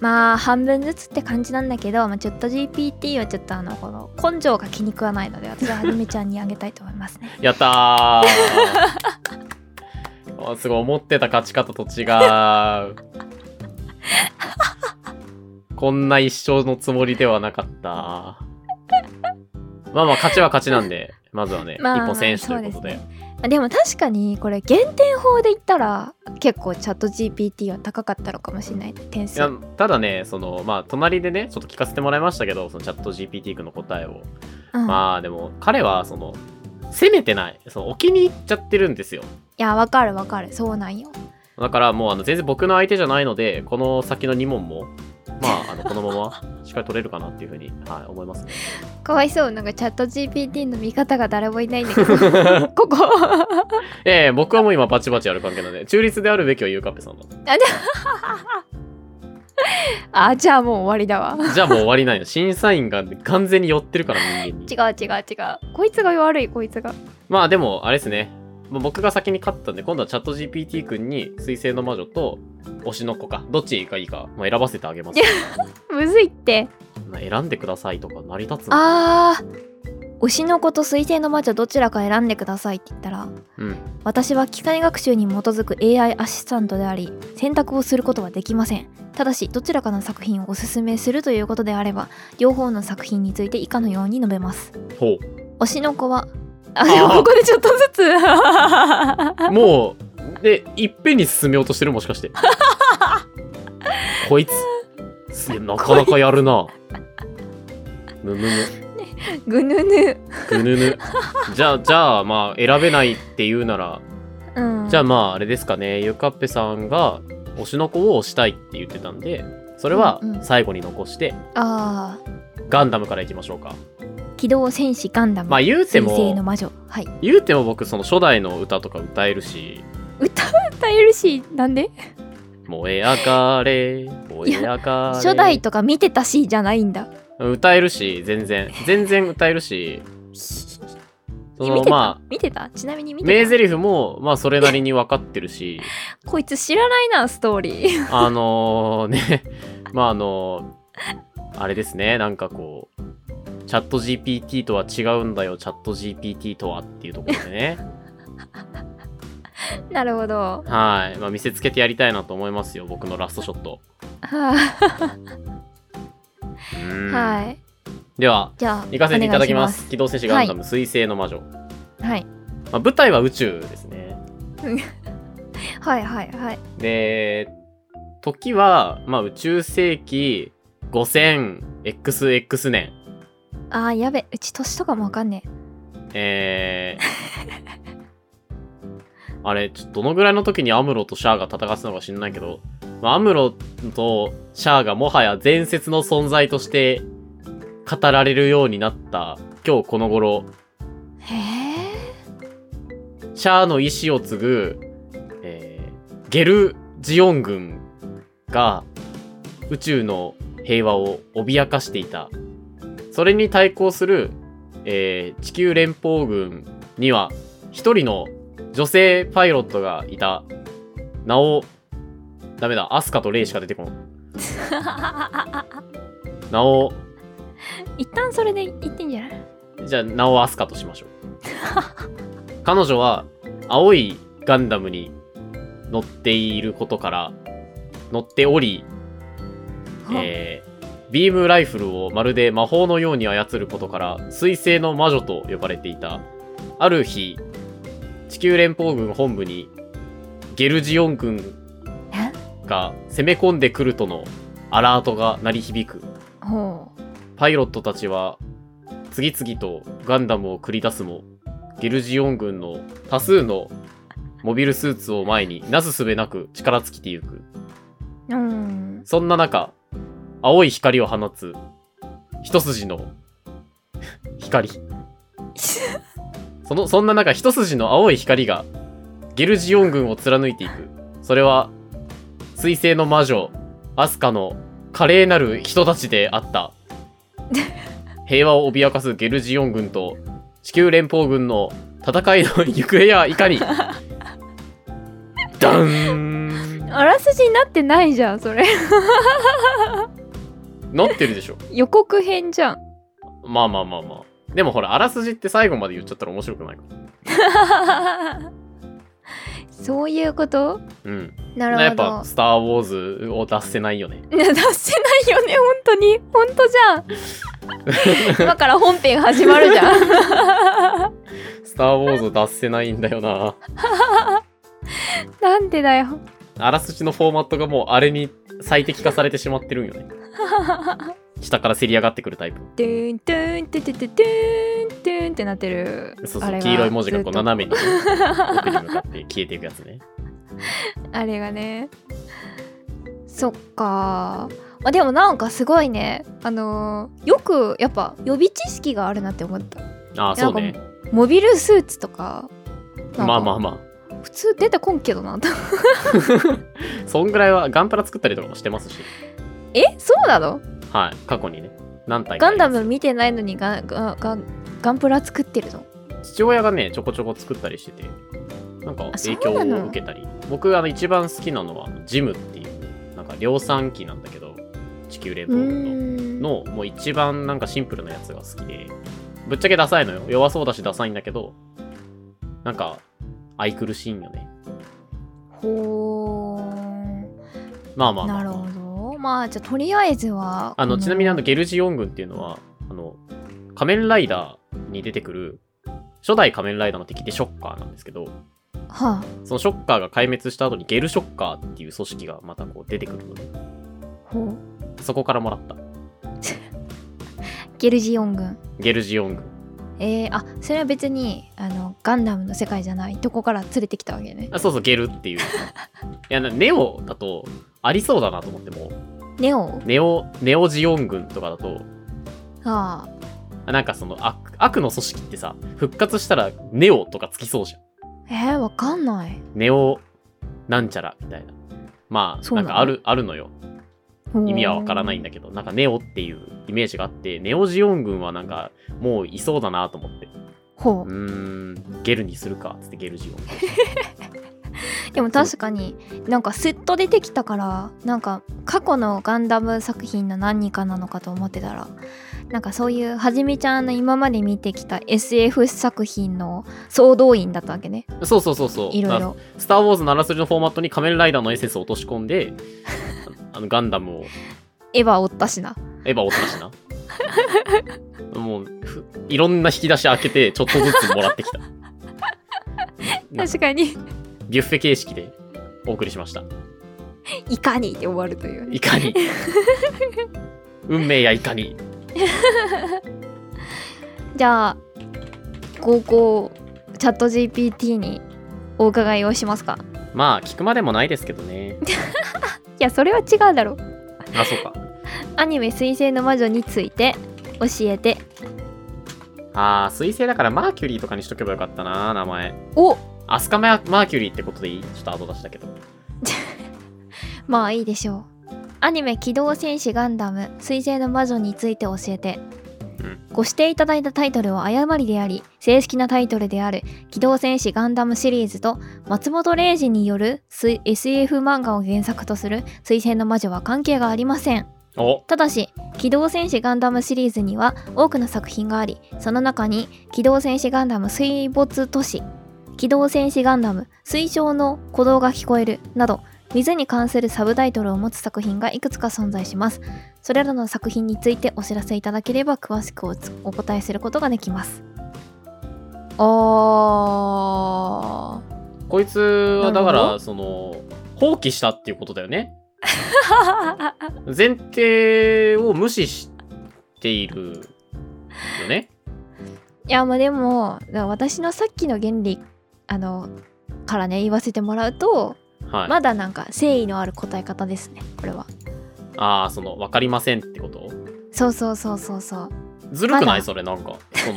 Speaker 2: まあ半分ずつって感じなんだけど、まあ、ちょっと GPT はちょっとあのこの根性が気に食わないので私ははじめちゃんにあげたいと思います ね
Speaker 1: やったーあー すごい思ってた勝ち方と違うこんな一生のつもりではなかったまあまあ勝ちは勝ちなんでまずはね、
Speaker 2: まあ
Speaker 1: 一歩選手ということで
Speaker 2: そうまあでも確かにこれ減点法で言ったら結構チャット GPT は高かったのかもしれない点
Speaker 1: い
Speaker 2: 数
Speaker 1: やただねそのまあ隣でねちょっと聞かせてもらいましたけどそのチャット GPT 君の答えを、
Speaker 2: うん
Speaker 1: まあでも彼はその攻めてないそのお気に入っちゃってるんですよ
Speaker 2: いやわかるわかるそうなんよ
Speaker 1: だからもうあの全然僕の相手じゃないのでこの先の2問もまあ あのこのまましっかり取れるかなっていうふうに、はい、思いますね。
Speaker 2: かわいそうなんかチャット GPT の見方が誰もいないんだけどここ
Speaker 1: ええ僕はもう今バチバチやる関係なんで中立であるべきはゆうかっぺさんだ。
Speaker 2: あじゃあもう終わりだわ
Speaker 1: じゃあもう終わりないの審査員が完全に寄ってるから人間に
Speaker 2: 違。う違う違うこいつが悪いこいつが
Speaker 1: まあでもあれですね、まあ僕が先に勝ったんで今度はチャット GPT 君に水星の魔女と推しの子かどっちがいいか、まあ、選ばせてあげます。
Speaker 2: むずいって
Speaker 1: まあ選んでくださいとか成り立つの
Speaker 2: あー推しの子と推薦の魔女どちらか選んでくださいって言ったら
Speaker 1: うん
Speaker 2: 私は機械学習に基づく AI アシスタントであり選択をすることはできませんただしどちらかの作品をおすすめするということであれば両方の作品について以下のように述べます
Speaker 1: ほ
Speaker 2: 推しの子はあ
Speaker 1: あー
Speaker 2: ここでちょっとずつ
Speaker 1: うもうでいっぺんに進めようとしてるもしかしてこいつすげえなかなかやるなむむむ
Speaker 2: ぐぬぬ
Speaker 1: ぐぬぬじゃあじゃあまあ選べないって言うなら
Speaker 2: うん
Speaker 1: じゃあまああれですかねゆかっぺさんが推しの子を推したいって言ってたんでそれは
Speaker 2: うんうん
Speaker 1: 最後に残して
Speaker 2: あ
Speaker 1: ガンダムからいきましょうか
Speaker 2: ー機動戦士ガンダム
Speaker 1: まあ言うて
Speaker 2: 水星の
Speaker 1: も
Speaker 2: 魔女はい
Speaker 1: 言うても僕その初代の歌とか歌えるし
Speaker 2: 歌歌えるしなんで
Speaker 1: 燃え上がれ燃え上がれ
Speaker 2: 初代とか見てたしじゃないんだ
Speaker 1: 歌えるし全然全然歌えるしそ
Speaker 2: 見
Speaker 1: の
Speaker 2: てた、
Speaker 1: まあ
Speaker 2: 見てたちなみに見
Speaker 1: 名
Speaker 2: てた
Speaker 1: 台詞もまあそれなりに分かってるし
Speaker 2: こいつ知らないなストーリー
Speaker 1: あのねまああのあれですねなんかこうチャット GPT とは違うんだよチャット GPT とはっていうところで ね
Speaker 2: なるほど
Speaker 1: はい、まあ、見せつけてやりたいなと思いますよ僕のラストショット
Speaker 2: は
Speaker 1: う
Speaker 2: い、
Speaker 1: ーん
Speaker 2: はい、
Speaker 1: では
Speaker 2: じゃあ
Speaker 1: 行かせていただきます
Speaker 2: お願いし
Speaker 1: 機動戦士ガンダム水星の魔女、
Speaker 2: ますはい
Speaker 1: まあ、舞台は宇宙ですね
Speaker 2: はいはいはい
Speaker 1: で時は、まあ、宇宙世紀 5000XX 年
Speaker 2: あーやべうち年とかもわかんねえ
Speaker 1: えー あれちょどのぐらいの時にアムロとシャアが戦ってたのか知んないけど、まあ、アムロとシャアがもはや伝説の存在として語られるようになった今日この頃
Speaker 2: へえ
Speaker 1: シャアの意志を継ぐ、えーゲルジオン軍が宇宙の平和を脅かしていた。それに対抗する、えー地球連邦軍には一人の女性パイロットがいた。名を、ダメだ、アスカとレイしか出てこん。名を、
Speaker 2: 一旦それで言ってんじゃない
Speaker 1: じゃあ名をアスカとしましょう彼女は青いガンダムに乗っていることから乗っており、えービームライフルをまるで魔法のように操ることから彗星の魔女と呼ばれていたある日地球連邦軍本部にゲルジオン軍が攻め込んでくるとのアラートが鳴り響く
Speaker 2: ほう
Speaker 1: パイロットたちは次々とガンダムを繰り出すもゲルジオン軍の多数のモビルスーツを前になすすべなく力尽きてゆく
Speaker 2: うーん
Speaker 1: そんな中青い光を放つ一筋の 光そのそんな中一筋の青い光がゲルジオン軍を貫いていくそれは彗星の魔女アスカの華麗なる人たちであった 平和を脅かすゲルジオン軍と地球連邦軍の戦いの行方やい かにダーン
Speaker 2: あらすじになってないじゃんそれ
Speaker 1: なってるでしょ
Speaker 2: 予告編じゃん
Speaker 1: まあまあまあまあでもほらあらすじって最後まで言っちゃったら面白くないから
Speaker 2: そういうこと
Speaker 1: うん
Speaker 2: なるほど
Speaker 1: やっぱ「スター・ウォーズ」を出せないよね
Speaker 2: ね出せないよね本当に本当じ ゃん今から本編始まるじゃん
Speaker 1: 「スター・ウォーズ」を出せないんだよな
Speaker 2: なんでだよ
Speaker 1: あらすじのフォーマットがもうあれに最適化されてしまってるん よね下からせり上がってくるタイプ
Speaker 2: トゥントゥントゥントゥントゥントゥンってなってる
Speaker 1: そう
Speaker 2: あ
Speaker 1: そ
Speaker 2: れ
Speaker 1: う
Speaker 2: が
Speaker 1: 黄色い文字がこう
Speaker 2: ずっと
Speaker 1: 斜めに奥に向かって消えていくやつ ね
Speaker 2: あれがねそっかまあでもなんかすごいねあのーよくやっぱ予備知識があるなって思った
Speaker 1: ああそうね
Speaker 2: モビルスーツとかなん
Speaker 1: まあまあ
Speaker 2: か
Speaker 1: ま
Speaker 2: 普通出てこんけどな
Speaker 1: あそんぐらいはガンプラ作ったりとかもしてますし
Speaker 2: えそうなの
Speaker 1: はい過去にね何体か
Speaker 2: ガ
Speaker 1: あ
Speaker 2: ン
Speaker 1: りま
Speaker 2: ダ
Speaker 1: す
Speaker 2: ム見てないのにガンガンガンガンプラ作ってるの
Speaker 1: 父親がねちょこちょこ作ったりしててなんか
Speaker 2: あそう
Speaker 1: 影響
Speaker 2: なの
Speaker 1: を受けたり僕あの一番好きなのはあのジムっていうなんか量産機なんだけど地球連
Speaker 2: う
Speaker 1: 邦軍
Speaker 2: ーん
Speaker 1: ののもう一番なんかシンプルなやつが好きでぶっちゃけダサいのよ弱そうだしダサいんだけどなんか愛くるしいんよね
Speaker 2: ほー
Speaker 1: まあまあまあ
Speaker 2: なるほどまあじゃあとりあえずは
Speaker 1: あのちなみにあの
Speaker 2: こ
Speaker 1: ゲルジオン軍っていうのはあの仮面ライダーに出てくる初代仮面ライダーの敵でショッカーなんですけど
Speaker 2: は
Speaker 1: そのショッカーが壊滅した後にゲルショッカーっていう組織がまたこう出てくるので
Speaker 2: あほう
Speaker 1: そこからもらった
Speaker 2: ゲルジオン軍
Speaker 1: ゲルジオン軍
Speaker 2: えー、あそれは別にあのガンダムの世界じゃないとこから連れてきたわけね
Speaker 1: あそうそうゲル っていういやなネオだとありそうだなと思っても
Speaker 2: ネオ
Speaker 1: ネオネオジオン軍とかだと
Speaker 2: ああ
Speaker 1: あなんかその悪悪の組織ってさ復活したらネオとかつきそうじゃん
Speaker 2: えー、わかんない
Speaker 1: ネオなんちゃらみたいなまあ
Speaker 2: そう
Speaker 1: な
Speaker 2: なんの
Speaker 1: かあるあるのよ意味はわからないん
Speaker 2: だ
Speaker 1: だけどなんかネオっていうイメージがあってネオジオン軍はなんかもういそうだなと思って
Speaker 2: ほ
Speaker 1: うーんゲルにするかっつってゲルジオン
Speaker 2: うでも確かになんかスッと出てきたからなんか過去のガンダム作品の何かなのかと思ってたらなんかそういうはじめちゃんの今まで見てきた SF 作品の総動員だったわけね
Speaker 1: そうそうそうそう
Speaker 2: いろい
Speaker 1: だか
Speaker 2: ろ
Speaker 1: らスター・ウォーズのあらすじのフォーマットに仮面ライダーのエッセンスを落とし込ん であのガンダムを
Speaker 2: エヴァおったしな
Speaker 1: エヴァ落としなもうふいろんな引き出し開けてちょっとずつもら ってきたなんか
Speaker 2: 確かに
Speaker 1: ビュッフェ形式でお送りしました
Speaker 2: いかにって終わるというね
Speaker 1: いかに運命やいかに
Speaker 2: じゃあ高校チャット GPT にお伺いをしますか
Speaker 1: まあ聞くまでもないですけどね
Speaker 2: いやそれは違うだろ
Speaker 1: あそうか
Speaker 2: アニメ「水星の魔女」について教えて
Speaker 1: あー彗星だからマーキュリーとかにしとけばよかったな名前
Speaker 2: お
Speaker 1: アスカママーキュリーってことでいいちょっと後出しだけど
Speaker 2: まあいいでしょうアニメ「機動戦士ガンダム水星の魔女」について教えて
Speaker 1: うん
Speaker 2: ご指定いただいたタイトルは誤りであり正式なタイトルである「機動戦士ガンダム」シリーズと松本零士による水 SF 漫画を原作とする「水星の魔女」は関係がありません
Speaker 1: お
Speaker 2: ただし「機動戦士ガンダム」シリーズには多くの作品がありその中に「機動戦士ガンダム水没都市」「機動戦士ガンダム水晶の鼓動が聞こえる」など水に関するサブタイトルを持つ作品がいくつか存在しますそれらの作品についてお知らせいただければ詳しくおつお答えすることができますあー
Speaker 1: こいつはだか
Speaker 2: なるほ
Speaker 1: らその放棄したっていうことだよね前提を無視しているよね
Speaker 2: いやまあでもだから私のさっきの原理あのからね言わせてもらうと
Speaker 1: はい、
Speaker 2: まだなんか誠意のある答え方ですねこれは
Speaker 1: ああその分かりませんってこと
Speaker 2: そうそうそうそうそう
Speaker 1: ずるく
Speaker 2: ま
Speaker 1: ない
Speaker 2: だ
Speaker 1: それなんかそ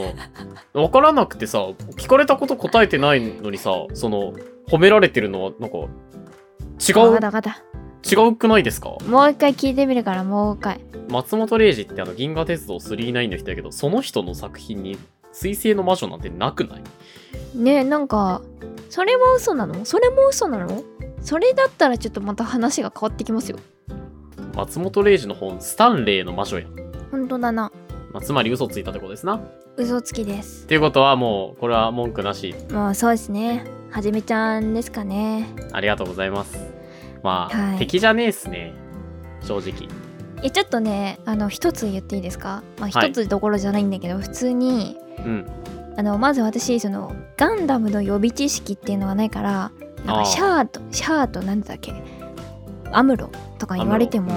Speaker 1: の分からなくてさ聞かれたこと答えてないのにさその褒められてるのはなんか
Speaker 2: わかった
Speaker 1: 違
Speaker 2: わかった
Speaker 1: う違うくないですか
Speaker 2: もう一回聞いてみるからもう一回
Speaker 1: 松本零士ってあの銀河鉄道999の人だけどその人の作品に彗星の魔女なんてなくない
Speaker 2: ねえなんかそれは嘘なのそれも嘘なのそれだったらちょっとまた話が変わってきますよ
Speaker 1: 松本零士の本「スタンレーの魔女や」
Speaker 2: 本当だな
Speaker 1: まあ、つまり嘘ついたってことですなっ
Speaker 2: 嘘つきです
Speaker 1: ていうことはもうこれは文句なし
Speaker 2: もうそうですねはじめちゃんですかね
Speaker 1: ありがとうございますまあ、
Speaker 2: はい
Speaker 1: 敵じゃねえっすね正直
Speaker 2: えちょっとねあの一つ言っていいですかまあ
Speaker 1: はい
Speaker 2: 一つどころじゃないんだけど、普通に
Speaker 1: うん
Speaker 2: あのまず私そのガンダムの予備知識っていうのがないからなん
Speaker 1: あー
Speaker 2: かシャアとシャアと何だっけアムロとか言われて
Speaker 1: ア
Speaker 2: も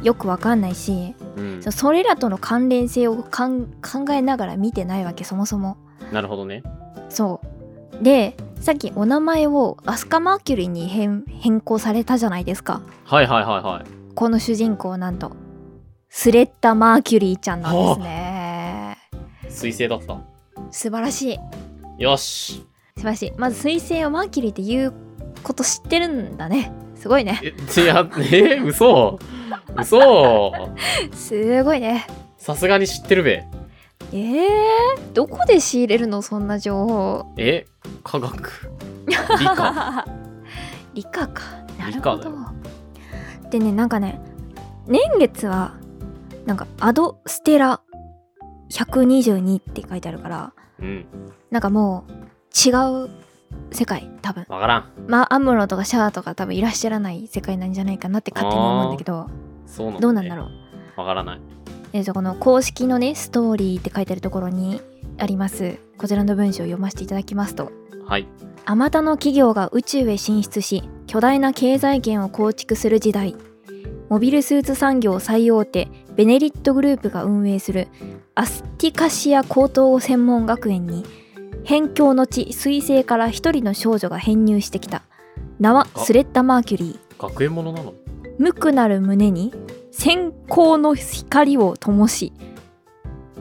Speaker 1: ム
Speaker 2: よくわかんないし、
Speaker 1: うん
Speaker 2: そそれらとの関連性をかん考えながら見てないわけそもそも
Speaker 1: なるほどね
Speaker 2: そうでさっきお名前をアスカ・マーキュリーに変変更されたじゃないですか
Speaker 1: はいはいはいはい
Speaker 2: この主人公なんとスレッタ・マーキュリーちゃんなんですね
Speaker 1: 彗星だった
Speaker 2: 素晴らしい
Speaker 1: よし
Speaker 2: 素晴らしいまず彗星をマーキュリーって言うこと知ってるんだねすごいね
Speaker 1: えいやえ嘘嘘
Speaker 2: すごいね
Speaker 1: さすがに知ってるべ
Speaker 2: えー、どこで仕入れるのそんな情報
Speaker 1: え科学理科
Speaker 2: 理科かな
Speaker 1: 理
Speaker 2: るほ
Speaker 1: 科
Speaker 2: ど
Speaker 1: だよ
Speaker 2: でねなんかね年月はなんかアドステラ122って書いてあるから
Speaker 1: うん
Speaker 2: なんかもう違う世界多分
Speaker 1: わからん
Speaker 2: まあアムロとかシャアとか多分いらっしゃらない世界なんじゃないかなって勝手に思うんだけど
Speaker 1: そうなんだ、ね、
Speaker 2: どうなんだろう
Speaker 1: わからない
Speaker 2: えーとこの公式のねストーリーって書いてあるところにありますこちらの文章を読ませていただきますと
Speaker 1: はい
Speaker 2: 「あまたの企業が宇宙へ進出し巨大な経済圏を構築する時代モビルスーツ産業最大手ベネリットグループが運営するアスティカシア高等専門学園に辺境の地彗星から一人の少女が編入してきた名はスレッタ・マーキュリー
Speaker 1: 学園ものなの
Speaker 2: 無垢なる胸に閃光の光を灯し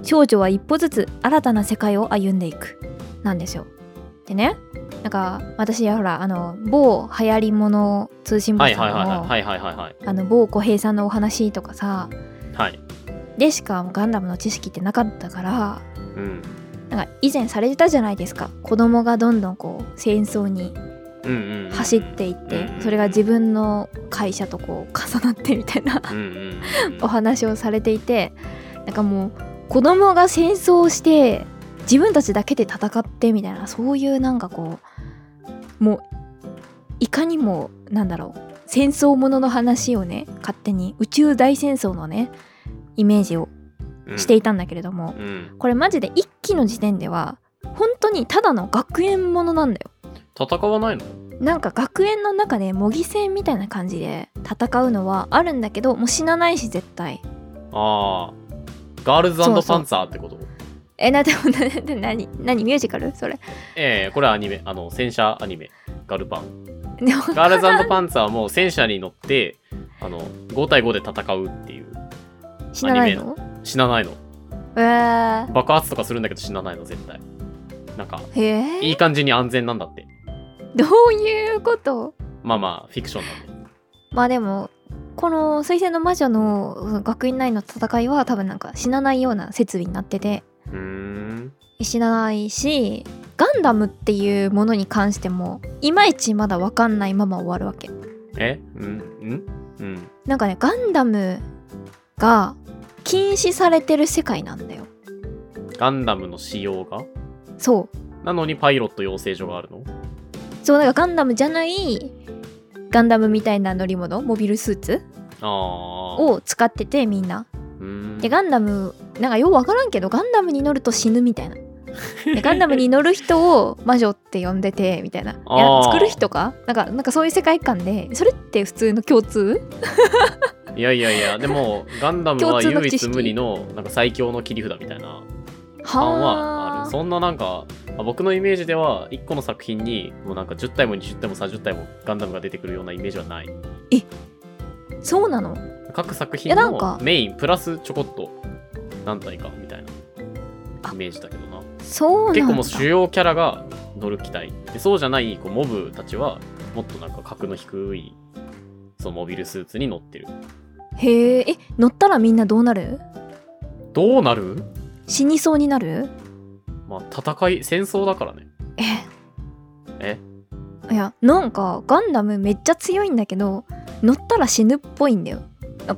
Speaker 2: 少女は一歩ずつ新たな世界を歩んでいくなんですよ。でねなんか私はほらあの某流行り物通信簿
Speaker 1: はい
Speaker 2: さ
Speaker 1: はい
Speaker 2: ん
Speaker 1: はい
Speaker 2: の
Speaker 1: はいはいはいはい
Speaker 2: あの某小平さんのお話とかさ
Speaker 1: はい
Speaker 2: でしかガンダムの知識ってなかったから
Speaker 1: うん
Speaker 2: なんか以前されてたじゃないですか子供がどんどんこう戦争に
Speaker 1: うんうんうん
Speaker 2: 走っていって
Speaker 1: うん
Speaker 2: それが自分の会社とこう重なってみたいな
Speaker 1: うんうんうん
Speaker 2: お話をされていてなんかもう子供が戦争をして自分たちだけで戦ってみたいなそういうなんかこうもういかにもなんだろう戦争ものの話をね勝手に宇宙大戦争のねイメージを
Speaker 1: うん
Speaker 2: していたんだけれども、
Speaker 1: うん
Speaker 2: これマジで一期の時点では本当にただの学園ものなんだよ
Speaker 1: 戦わないの
Speaker 2: なんか学園の中で模擬戦みたいな感じで戦うのはあるんだけどもう死なないし絶対
Speaker 1: ああガールズ
Speaker 2: そうそう
Speaker 1: パンツァーってこと
Speaker 2: えなで もなで何何ミュージカルそれ
Speaker 1: ええこれはアニメあの戦車アニメガルパン
Speaker 2: でも
Speaker 1: ガールズパンツァーも戦車に乗ってあの5対5で戦うっていう
Speaker 2: 死なないの
Speaker 1: 死なないの
Speaker 2: えー、
Speaker 1: 爆発とかするんだけど死なないの絶対なんか
Speaker 2: へえ
Speaker 1: いい感じに安全なんだって
Speaker 2: どういうこと
Speaker 1: まあまあフィクションなんで
Speaker 2: まあでもこの「水星の魔女」のその学院内の戦いは多分なんか死なないような設備になってて
Speaker 1: うーん
Speaker 2: 死なないしガンダムっていうものに関してもいまいちまだ分かんないまま終わるわけ
Speaker 1: えうんうんうん
Speaker 2: なんかねガンダムが禁止されてる世界なんだよ
Speaker 1: ガンダムの仕様が
Speaker 2: そう
Speaker 1: なのにパイロット養成所があるの
Speaker 2: そうなんかガンダムじゃないガンダムみたいな乗り物モビルスーツ
Speaker 1: ああ
Speaker 2: を使っててみんな
Speaker 1: うーん
Speaker 2: でガンダムなんかようわからんけどガンダムに乗ると死ぬみたいな でガンダムに乗る人を魔女って呼んでてみたいない
Speaker 1: あ
Speaker 2: や
Speaker 1: ー
Speaker 2: 作る人かなんかなんかそういう世界観でそれって普通の共通
Speaker 1: いやいやいやでもガンダム
Speaker 2: 共
Speaker 1: は
Speaker 2: 通の
Speaker 1: 唯
Speaker 2: 知
Speaker 1: 一
Speaker 2: 識
Speaker 1: 無二のなんか最強の切り札みたいな感はあ
Speaker 2: は
Speaker 1: る
Speaker 2: ー
Speaker 1: そんななんかあ僕のイメージでは1個の作品にもうなんか10体も20体も30体もガンダムが出てくるようなイメージはない
Speaker 2: そうなの
Speaker 1: 各作
Speaker 2: い
Speaker 1: 品
Speaker 2: やなんか
Speaker 1: のメインプラスちょこっと何体かみたいな
Speaker 2: あ
Speaker 1: イメージだけどな
Speaker 2: そう
Speaker 1: 結
Speaker 2: な
Speaker 1: 構
Speaker 2: ん
Speaker 1: も
Speaker 2: だ
Speaker 1: う主要キャラが乗る機体でそうじゃないこうモブたちはもっとなんか格の低いそのモビルスーツに乗ってる
Speaker 2: へーえ乗ったらみんなどうなる
Speaker 1: どうなる
Speaker 2: 死にそうになる
Speaker 1: まあ戦い戦争だからね
Speaker 2: え
Speaker 1: え
Speaker 2: いやなんかガンダムめっちゃ強いんだけど乗ったら死ぬっぽいんだよ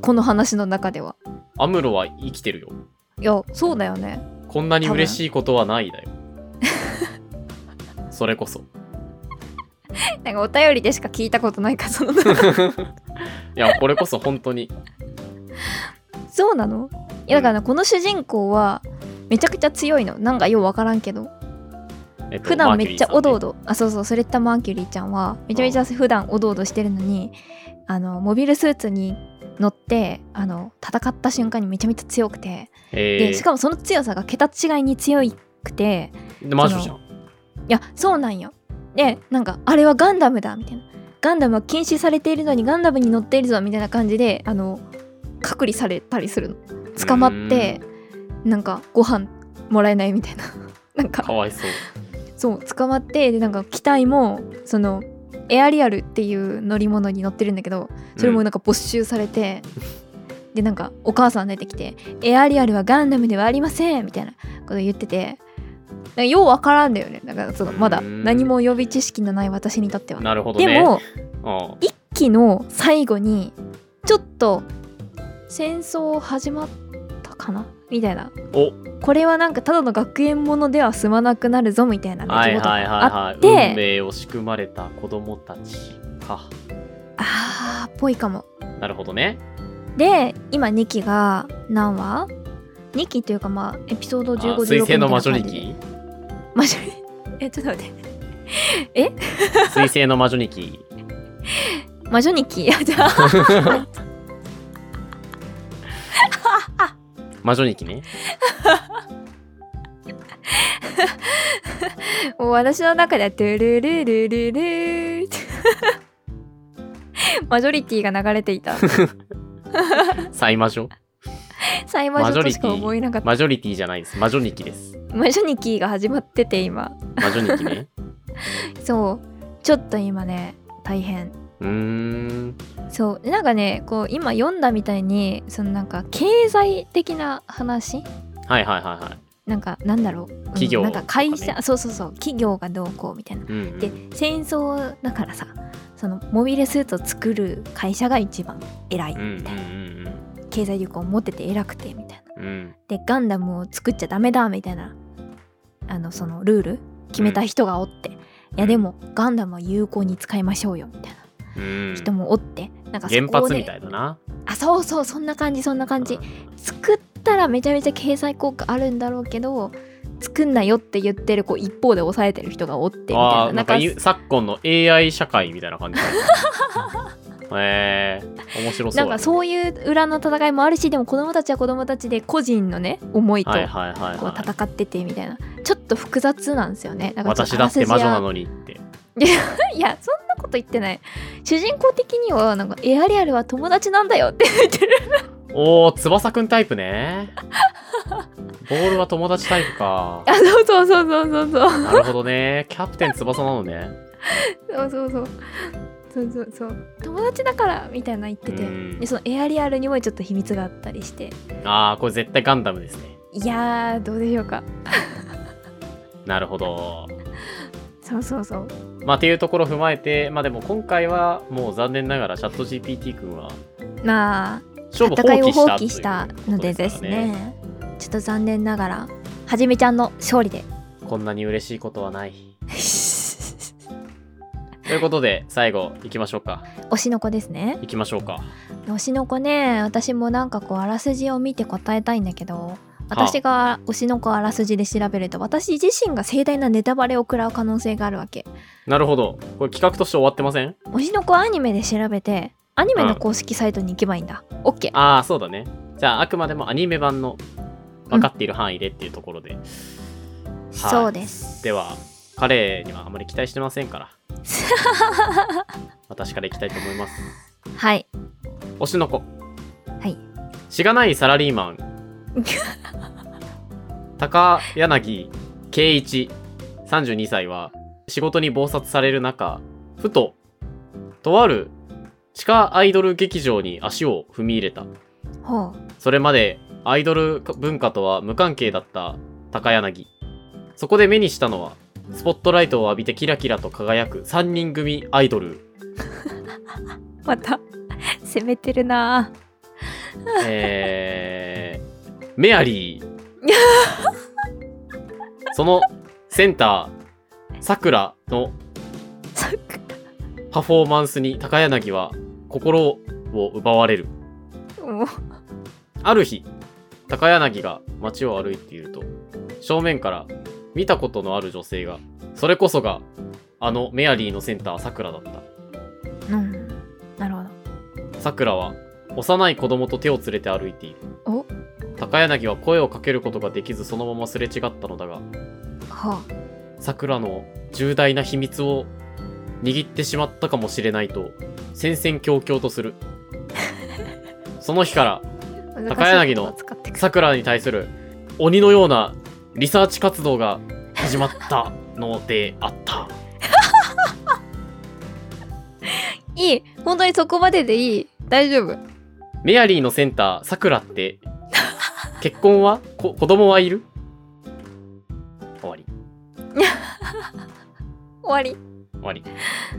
Speaker 2: この話の中では
Speaker 1: アムロは生きてるよ
Speaker 2: いやそうだよね
Speaker 1: こんなに嬉しいことはない だよそれこそ
Speaker 2: なんかお便りでしか聞いたことないかその
Speaker 1: いやこれこそ本当に
Speaker 2: そうなのいやだからねこの主人公はめちゃくちゃ強いのなんかようわからんけど
Speaker 1: えっと
Speaker 2: 普段めっちゃおどお
Speaker 1: ど
Speaker 2: ど、あそうそうスレッタ・マーキュリーちゃんはめちゃめちゃ普段おどおどしてるのにあのモビルスーツに乗ってあの戦った瞬間にめちゃめちゃ強くて
Speaker 1: え
Speaker 2: で
Speaker 1: ー
Speaker 2: しかもその強さが桁違いに強くて
Speaker 1: で魔女じゃん
Speaker 2: いやそうなんよでなんかあれはガンダムだみたいなガンダムは禁止されているのにガンダムに乗っているぞみたいな感じであの隔離されたりするの捕まってなんかご飯もらえないみたいな なん
Speaker 1: か
Speaker 2: か
Speaker 1: わいそう
Speaker 2: そう捕まってでなんか機体もそのエアリアルっていう乗り物に乗ってるんだけど それも
Speaker 1: うん
Speaker 2: なんか没収されて、でなんかお母さん出てきて「エアリアルはガンダムではありません」みたいなこと言っててなんかようわからんだよねなんかそのまだ
Speaker 1: うん
Speaker 2: 何も予備知識のない私にとっては。
Speaker 1: なるほど
Speaker 2: で
Speaker 1: ね
Speaker 2: も
Speaker 1: うん
Speaker 2: 一期の最後にちょっと戦争始まったかなみたいな
Speaker 1: お
Speaker 2: これはなんかただの学園ものでは済まなくなるぞみたいなね
Speaker 1: はい
Speaker 2: 出来事が
Speaker 1: はい
Speaker 2: あ
Speaker 1: はいはい
Speaker 2: て
Speaker 1: 運命を仕組まれた子供たちか
Speaker 2: あーっぽいかも。
Speaker 1: なるほどね
Speaker 2: で今2期が何話 ?2 期というかまあエピソード
Speaker 1: あ
Speaker 2: 1516
Speaker 1: 水星の魔女
Speaker 2: みたい
Speaker 1: 日
Speaker 2: な感じで
Speaker 1: 記
Speaker 2: 魔女えちょっと待ってえ
Speaker 1: 水星の魔女ニキ
Speaker 2: 魔女ニキ あじゃあ
Speaker 1: 魔女ニキね
Speaker 2: もう私の中ではトゥルルルルルー ってマジョリティが流れて いた
Speaker 1: 最魔女
Speaker 2: サイマジョとしか思えなかった
Speaker 1: マジョリティじゃないです魔女ニキです
Speaker 2: マジョニキーが始まってて今
Speaker 1: 魔女ニキ ね
Speaker 2: そうちょっと今ね大変
Speaker 1: うーん
Speaker 2: そうでなんかねこう今読んだみたいにそのなんか経済的な話
Speaker 1: はいはいはいはい
Speaker 2: なんかなんだろう、うん
Speaker 1: 企業
Speaker 2: なんか会
Speaker 1: とか
Speaker 2: 社、そうそうそう企業がどうこうみたいな
Speaker 1: うんうん、
Speaker 2: で戦争だからさそのモビルスーツを作る会社が一番偉いみ
Speaker 1: う
Speaker 2: たい
Speaker 1: ん
Speaker 2: な、経済力を持ってて偉くてみたい
Speaker 1: うん
Speaker 2: な
Speaker 1: うんうん
Speaker 2: でガンダムを作っちゃダメだみたいなあのそのルール決めた人がおって、いやでもガンダムは有効に使いましょうよみたいな
Speaker 1: うんうん
Speaker 2: 人もおって、なんかそこ
Speaker 1: 原発み
Speaker 2: で
Speaker 1: たいだな
Speaker 2: あそうそうそんな感じそんな感じ作ったらめちゃめちゃ経済効果あるんだろうけど作んなよって言ってるこう一方で抑えてる人がおってみたい
Speaker 1: あ
Speaker 2: な
Speaker 1: あなんかゆ昨今の AI 社会みたいな感じだね へえ面白そう
Speaker 2: な
Speaker 1: だね
Speaker 2: んかそういう裏の戦いもあるしでも子供たちは子供たちで個人のね思いと
Speaker 1: はいはいはい、
Speaker 2: こう
Speaker 1: はい、
Speaker 2: 戦っててみたいなちょっと複雑なんですよねなんかちょ
Speaker 1: 私
Speaker 2: と
Speaker 1: だって魔女な
Speaker 2: あら
Speaker 1: のにって
Speaker 2: すじやいやそんなこと言ってない主人公的にはなんかエアリアルは友達なんだよって言ってる
Speaker 1: おお翼くんタイプ ねボールは友達タイプか
Speaker 2: あそうそうそうそうそうそう
Speaker 1: なるほどねキャプテン翼なのね
Speaker 2: そうそうそうそうそうそう友達だからみたいな言ってて、
Speaker 1: うん
Speaker 2: でそのエアリアルにもちょっと秘密があったりして
Speaker 1: ああこれ絶対ガンダムですね
Speaker 2: いやーどうでしょうか
Speaker 1: なるほど
Speaker 2: そうそうそう
Speaker 1: まあっていうところを踏まえてまあでも今回はもう残念ながらチャット GPT 君は
Speaker 2: まあ
Speaker 1: 勝負放
Speaker 2: 戦いを
Speaker 1: 棄し
Speaker 2: 放
Speaker 1: た
Speaker 2: 棄したのでです
Speaker 1: ということ
Speaker 2: ねちょっと残念ながらはじめちゃんの勝利 で
Speaker 1: からねこんなに嬉しいことはないということで最後行きましょうか
Speaker 2: 推しの子ですね
Speaker 1: 行きましょうか
Speaker 2: 推しの子ね私もなんかこうあらすじを見て答えたいんだけど私が推しの子あらすじで調べると私自身が盛大なネタバレを食らう可能性があるわけ
Speaker 1: なるほどこれ企画として終わってません
Speaker 2: 推しの子アニメで調べてアニメの公式サイトに行けばいいんだ OK
Speaker 1: ああそうだねじゃああくまでもアニメ版の分かっている範囲でっていうところで、
Speaker 2: そうです
Speaker 1: では彼にはあまり期待してません から私からいきたいと思います
Speaker 2: はい
Speaker 1: 推しの子
Speaker 2: はい
Speaker 1: しがないサラリー マン高柳圭一32歳は仕事に忙殺される中ふととある地下アイドル劇場に足を踏み入れた
Speaker 2: ほう
Speaker 1: それまでアイドル文化とは無関係だった高柳そこで目にしたのはスポットライトを浴びてキラキラと輝く3人組アイドル、
Speaker 2: また攻めてるな
Speaker 1: えー、メアリーそのセンターさくらの
Speaker 2: さっ
Speaker 1: パフォーマンスに高柳は心を奪われる
Speaker 2: きもう
Speaker 1: ある日、高柳が街を歩いていると、正面から見たことのある女性が、それこそが、あのメアリーのセンター、さくらだった。
Speaker 2: うんなるほど
Speaker 1: さくらは、幼い子供と手を連れて歩いている。
Speaker 2: お
Speaker 1: 高柳は声をかけることができず、そのまますれ違ったのだが、
Speaker 2: は
Speaker 1: さくらの重大な秘密を握ってしまったかもしれないと、戦々恐々とする。その日から、
Speaker 2: あ、難しい
Speaker 1: 高柳の
Speaker 2: 言葉使ってくる
Speaker 1: さくらに対する鬼のようなリサーチ活動が始まったのであった。
Speaker 2: いい本当にそこまででいい大丈夫
Speaker 1: メアリーのセンター、さくらって、結婚はこ子供はいる終わり。
Speaker 2: 終わり
Speaker 1: 終わり。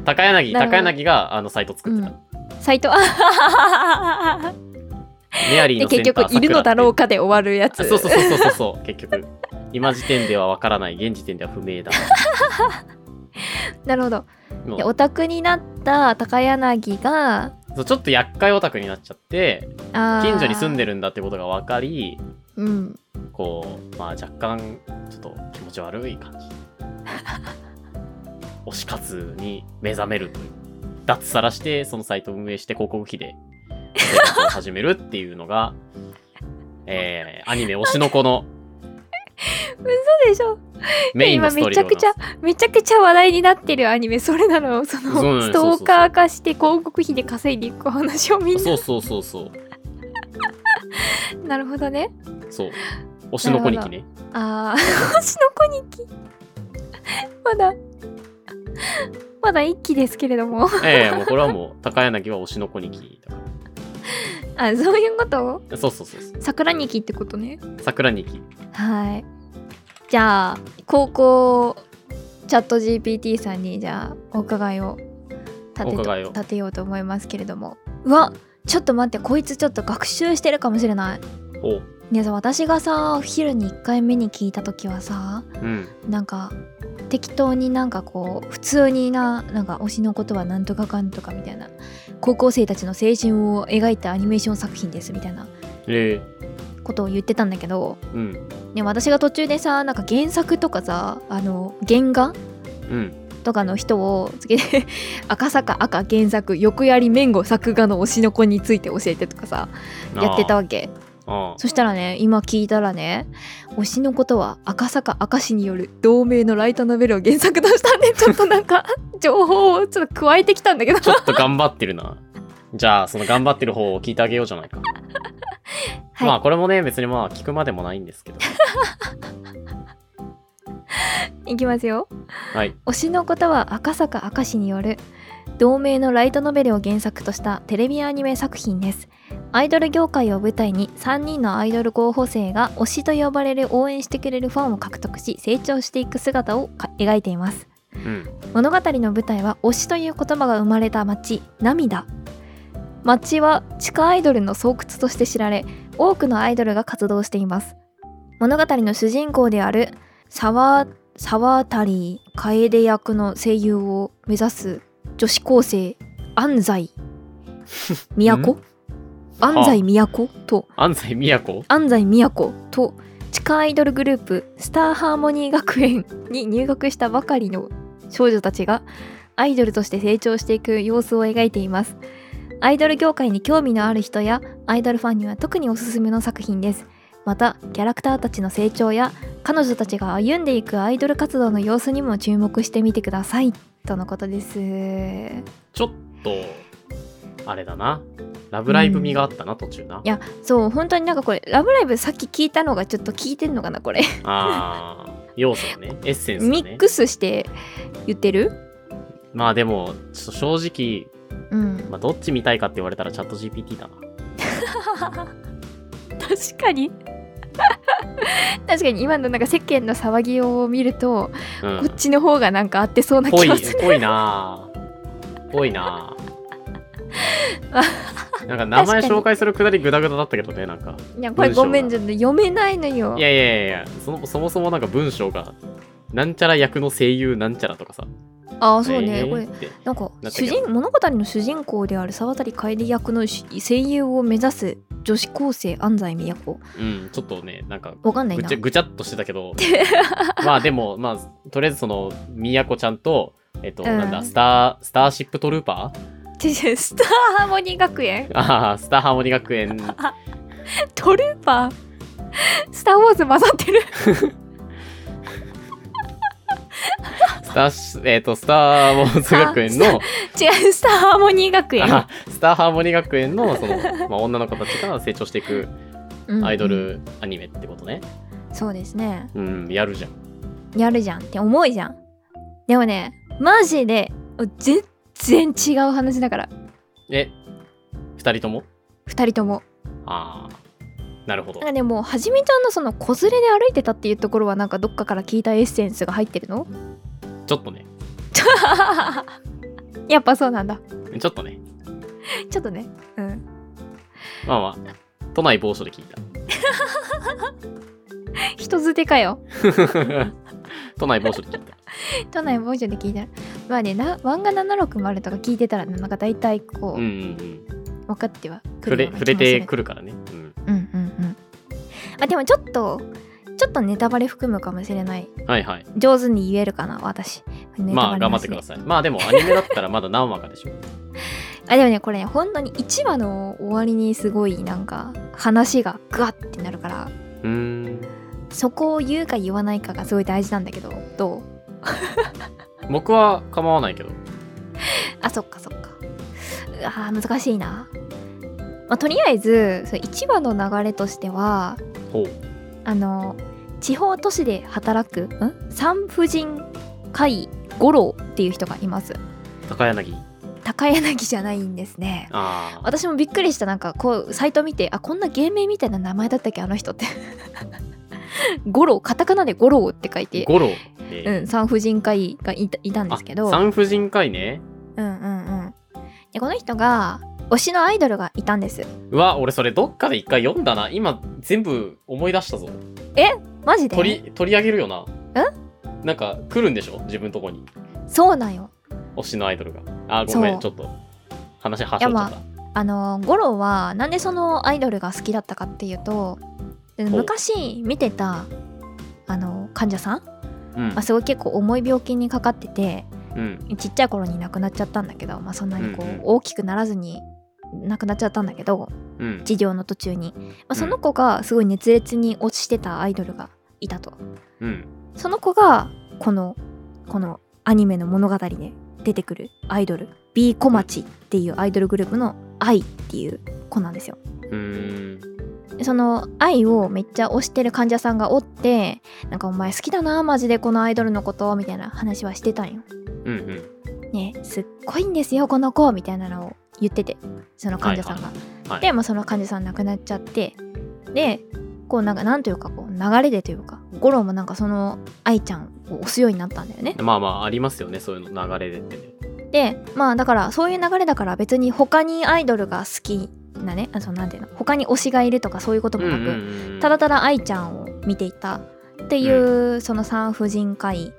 Speaker 1: 高柳、
Speaker 2: なるほ
Speaker 1: 高
Speaker 2: ど
Speaker 1: 柳があのサイト作ってた。
Speaker 2: サ イトあはははは
Speaker 1: メアリー
Speaker 2: で
Speaker 1: のセン
Speaker 2: 結
Speaker 1: ター、
Speaker 2: 局いるのだろうかで終わるや
Speaker 1: さ
Speaker 2: つ
Speaker 1: くらってあそうそうそうそうそう、結局。今時点ではわからない、現時点では不 明だ。
Speaker 2: なるほど
Speaker 1: もう
Speaker 2: でオタクになった高柳が
Speaker 1: そうちょっと厄介オタクになっちゃって、近
Speaker 2: 近
Speaker 1: 所に住ん
Speaker 2: で
Speaker 1: でるんだってことが分かり、
Speaker 2: うん
Speaker 1: こうまあ若干ちょっと気持ち悪い感じ 推し活に目覚めるという脱サラしてそのサイトを運営して広告費で生活を始めるっていうの がえー、アニメ「推しの子」の
Speaker 2: 嘘でしょ
Speaker 1: メインの
Speaker 2: 今
Speaker 1: ストー
Speaker 2: め
Speaker 1: リー
Speaker 2: ちゃ
Speaker 1: で
Speaker 2: く
Speaker 1: ご
Speaker 2: ち
Speaker 1: ざい
Speaker 2: ゃ
Speaker 1: ます
Speaker 2: めちゃくちゃ話題になってるアニメそれなのその
Speaker 1: そうなのよ
Speaker 2: ストーカー化して広告費で稼いでいくお話をみんな
Speaker 1: そうそうそうそう
Speaker 2: なるほどね
Speaker 1: そう推しの子にきね
Speaker 2: あー 星の子にきまだまだ一期ですけれども
Speaker 1: ええもうこれはもう高柳は推しの子にきだか
Speaker 2: あそういうこと
Speaker 1: らそうそうそうそう
Speaker 2: 桜にきってことね
Speaker 1: 桜にき
Speaker 2: はいじゃあ高校チャット GPT さんにじゃあお伺いを立て
Speaker 1: お伺いを
Speaker 2: 立てようと思いますけれどもうわちょっと待ってこいつちょっと学習してるかもしれない
Speaker 1: おう
Speaker 2: ねさ私がさお昼に1回目に聞いた時はさ
Speaker 1: うん
Speaker 2: なんか適当になんかこう普通にななんか推しのことはなんとかかんとかみたいな高校生たちの青春を描いたアニメーション作品ですみたいな
Speaker 1: え
Speaker 2: ことを言ってたんだけど、
Speaker 1: えうん
Speaker 2: ね、私が途中でさなんか原作とかさあの原画
Speaker 1: うん
Speaker 2: とかの人をつけて 赤坂赤原作横やり面後作画の推しの子について教えてとかさやってた
Speaker 1: あ
Speaker 2: わけ
Speaker 1: ああ
Speaker 2: そしたらね今聞いたらね推しのことは赤坂明石による同名のライトノベルを原作としたんでちょっとなんか情報をちょっと加えてきたんだけど
Speaker 1: ちょっと頑張ってるなじゃあその頑張ってる方を聞いてあげようじゃない か
Speaker 2: はい、
Speaker 1: まあこれもね別にまあ聞くまでもないんですけど
Speaker 2: いきますよ
Speaker 1: はい
Speaker 2: 推しのことは赤坂明石による同名のライトノベルを原作としたテレビアニメ作品ですアイドル業界を舞台に3人のアイドル候補生が推しと呼ばれる応援してくれるファンを獲得し成長していく姿をか描いています
Speaker 1: うん
Speaker 2: 物語の舞台は推しという言葉が生まれた町涙町は地下アイドルの巣窟として知られ多くのアイドルが活動しています物語の主人公である沢沢渡楓役の声優を目指す女子高生安西都安西都と
Speaker 1: 安西美也子
Speaker 2: 安西美也子と地下アイドルグループスターハーモニー学園に入学したばかりの少女たちがアイドルとして成長していく様子を描いていますアイドル業界に興味のある人やアイドルファンには特におすすめの作品ですまたキャラクターたちの成長や彼女たちが歩んでいくアイドル活動の様子にも注目してみてくださいとのことです
Speaker 1: ちょっとあれだなラブライブ味があったな途中ない
Speaker 2: やそう本当になんかこれ「ラブライブ!」さっき聞いたのがちょっと聞いてんのかなこれ
Speaker 1: あー要素がねエッセンスが
Speaker 2: ミ
Speaker 1: ね
Speaker 2: ックスして言ってる
Speaker 1: まあでもちょっと正
Speaker 2: うん
Speaker 1: 直、まあ、どっち見たいかって言われたらチャット GPT だな
Speaker 2: 確かに 確かに今のなんか世間の騒ぎを見ると、
Speaker 1: うん
Speaker 2: こっちの方がなんか合ってそうな
Speaker 1: ぽ
Speaker 2: 気
Speaker 1: い
Speaker 2: がする
Speaker 1: ぽいなぽいな なんか名前
Speaker 2: 確かに
Speaker 1: 紹介するくだりグダグダだったけどねなんか
Speaker 2: いやこれ
Speaker 1: 文章
Speaker 2: ご
Speaker 1: が
Speaker 2: めんちょっと読めないのよ
Speaker 1: いやいやいやそのそもそもなんか文章がなんちゃら役の声優なんちゃらとかさ
Speaker 2: ああそうね、
Speaker 1: えー
Speaker 2: これ
Speaker 1: って
Speaker 2: なんか
Speaker 1: なった
Speaker 2: 主
Speaker 1: けど
Speaker 2: 人物語の主人公である沢渡楓役のし声優を目指す女子高生安西美也子
Speaker 1: うんちょっとねなんか
Speaker 2: わかんない
Speaker 1: ぐ
Speaker 2: な
Speaker 1: ちゃぐちゃっとしてたけ どまあでもまあとりあえずそのみやこちゃんとえっと、
Speaker 2: うん
Speaker 1: なんだスタースターシップトルーパー
Speaker 2: 違う違うスターハーモニー学園
Speaker 1: ああスターハーモニー学園
Speaker 2: トルーパースター・ウォーズ混ざってる
Speaker 1: スターシえっとスターウォーズ学園の
Speaker 2: 違うスターハーモニー学園
Speaker 1: あスターハーモニー学園のその、 まあ、女の子たちが成長していく
Speaker 2: うんうん
Speaker 1: アイドルアニメってことね
Speaker 2: そうですね
Speaker 1: うんやるじゃん
Speaker 2: やるじゃんって思うじゃんでもねマジで全然違う話だから
Speaker 1: え二人とも
Speaker 2: 2人とも
Speaker 1: ああなるほど
Speaker 2: なんかねもうはじめちゃんのその子連れで歩いてたっていうところはなんかどっかから聞いたエッセンスが入ってるの
Speaker 1: ちょっとね
Speaker 2: やっぱそうなんだ
Speaker 1: ちょっとね
Speaker 2: ちょっとねうん
Speaker 1: まあまあ都内某所で聞い た
Speaker 2: 人づてかよ
Speaker 1: 都内某所で聞いた
Speaker 2: 都内某所で聞いたらまあねな漫画760とか聞いてたらなんか大体こ
Speaker 1: うんう
Speaker 2: う、
Speaker 1: んうん
Speaker 2: 分かってはく
Speaker 1: 触
Speaker 2: る
Speaker 1: れ
Speaker 2: ような
Speaker 1: 触れ
Speaker 2: 気もする
Speaker 1: てくるからね、うん、
Speaker 2: うんうんうんあでもちょっとちょっとネタバレ含むかもしれない
Speaker 1: はいはい。
Speaker 2: 上手に言えるかな私ネタバレ
Speaker 1: まあ頑張ってください。まあでもアニメだったらまだ何話かでしょう。
Speaker 2: いあでもねこれね本当に1話の終わりにすごいなんか話がグワッてなるから
Speaker 1: うーん。
Speaker 2: そこを言うか言わないかがすごい大事なんだけどどう
Speaker 1: 僕は構わないけど。
Speaker 2: あそっかそっかうわー難しいな、まあ、とりあえずそ1話の流れとしては
Speaker 1: ほう。
Speaker 2: あの地方都市で働くん産婦人科医五郎っていう人がいます
Speaker 1: 高柳。
Speaker 2: 高柳じゃないんですね
Speaker 1: ああ。
Speaker 2: 私もびっくりしたなんかこうサイト見てあこんな芸名みたいな名前だったっけあの人って 五郎カタカナで五郎って書いて、
Speaker 1: ゴロ
Speaker 2: う
Speaker 1: で。
Speaker 2: ん、産婦人科医がいたいたんですけど
Speaker 1: 産婦人科医ね。
Speaker 2: うんうんうんでこの人が推しのアイドルがいたんです
Speaker 1: うわ、俺それどっかで一回読んだな。今全部思い出したぞ。
Speaker 2: マジで
Speaker 1: 取り、取り上げるよな。なんか来るんでしょ自分とこに。
Speaker 2: そうなんよ
Speaker 1: 推しのアイドルが。あー、ごめ、
Speaker 2: そうん
Speaker 1: ちょっと。話はしょっちゃった。
Speaker 2: あのゴロはなんでそのアイドルが好きだったかっていうと昔見てたあの患者さん、
Speaker 1: うん
Speaker 2: まあ、すごい結構重い病気にかかってて
Speaker 1: うん。
Speaker 2: ちっちゃい頃に亡くなっちゃったんだけど、まあ、そんなにこう、
Speaker 1: うんうん
Speaker 2: 大きくならずに亡くなっちゃったんだけど
Speaker 1: うん。
Speaker 2: 治療の途中に、まあ、その子がすごい熱烈に推してたアイドルがいたと
Speaker 1: うん。
Speaker 2: その子がこのこのアニメの物語で出てくるアイドル B 小町っていうアイドルグループの愛っていう子なんですよ
Speaker 1: うーん。
Speaker 2: その愛をめっちゃ推してる患者さんがおってなんかお前好きだなマジでこのアイドルのことみたいな話はしてたんよ
Speaker 1: うんうん。
Speaker 2: ねすっごいんですよこの子みたいなのを言っててその患者さんが、
Speaker 1: はい
Speaker 2: で、まあ、その患者さん亡くなっちゃってでこうなんかなんというかこう流れでというかゴロもなんかその愛ちゃんを推すようになったんだよね
Speaker 1: まあまあありますよねそういうの流れでってね
Speaker 2: でまあだからそういう流れだから別に他にアイドルが好きなねあそのなんていうの他に推しがいるとかそういうこともなく、
Speaker 1: うんうん
Speaker 2: ただただ愛ちゃんを見ていたっていう、その産婦人科医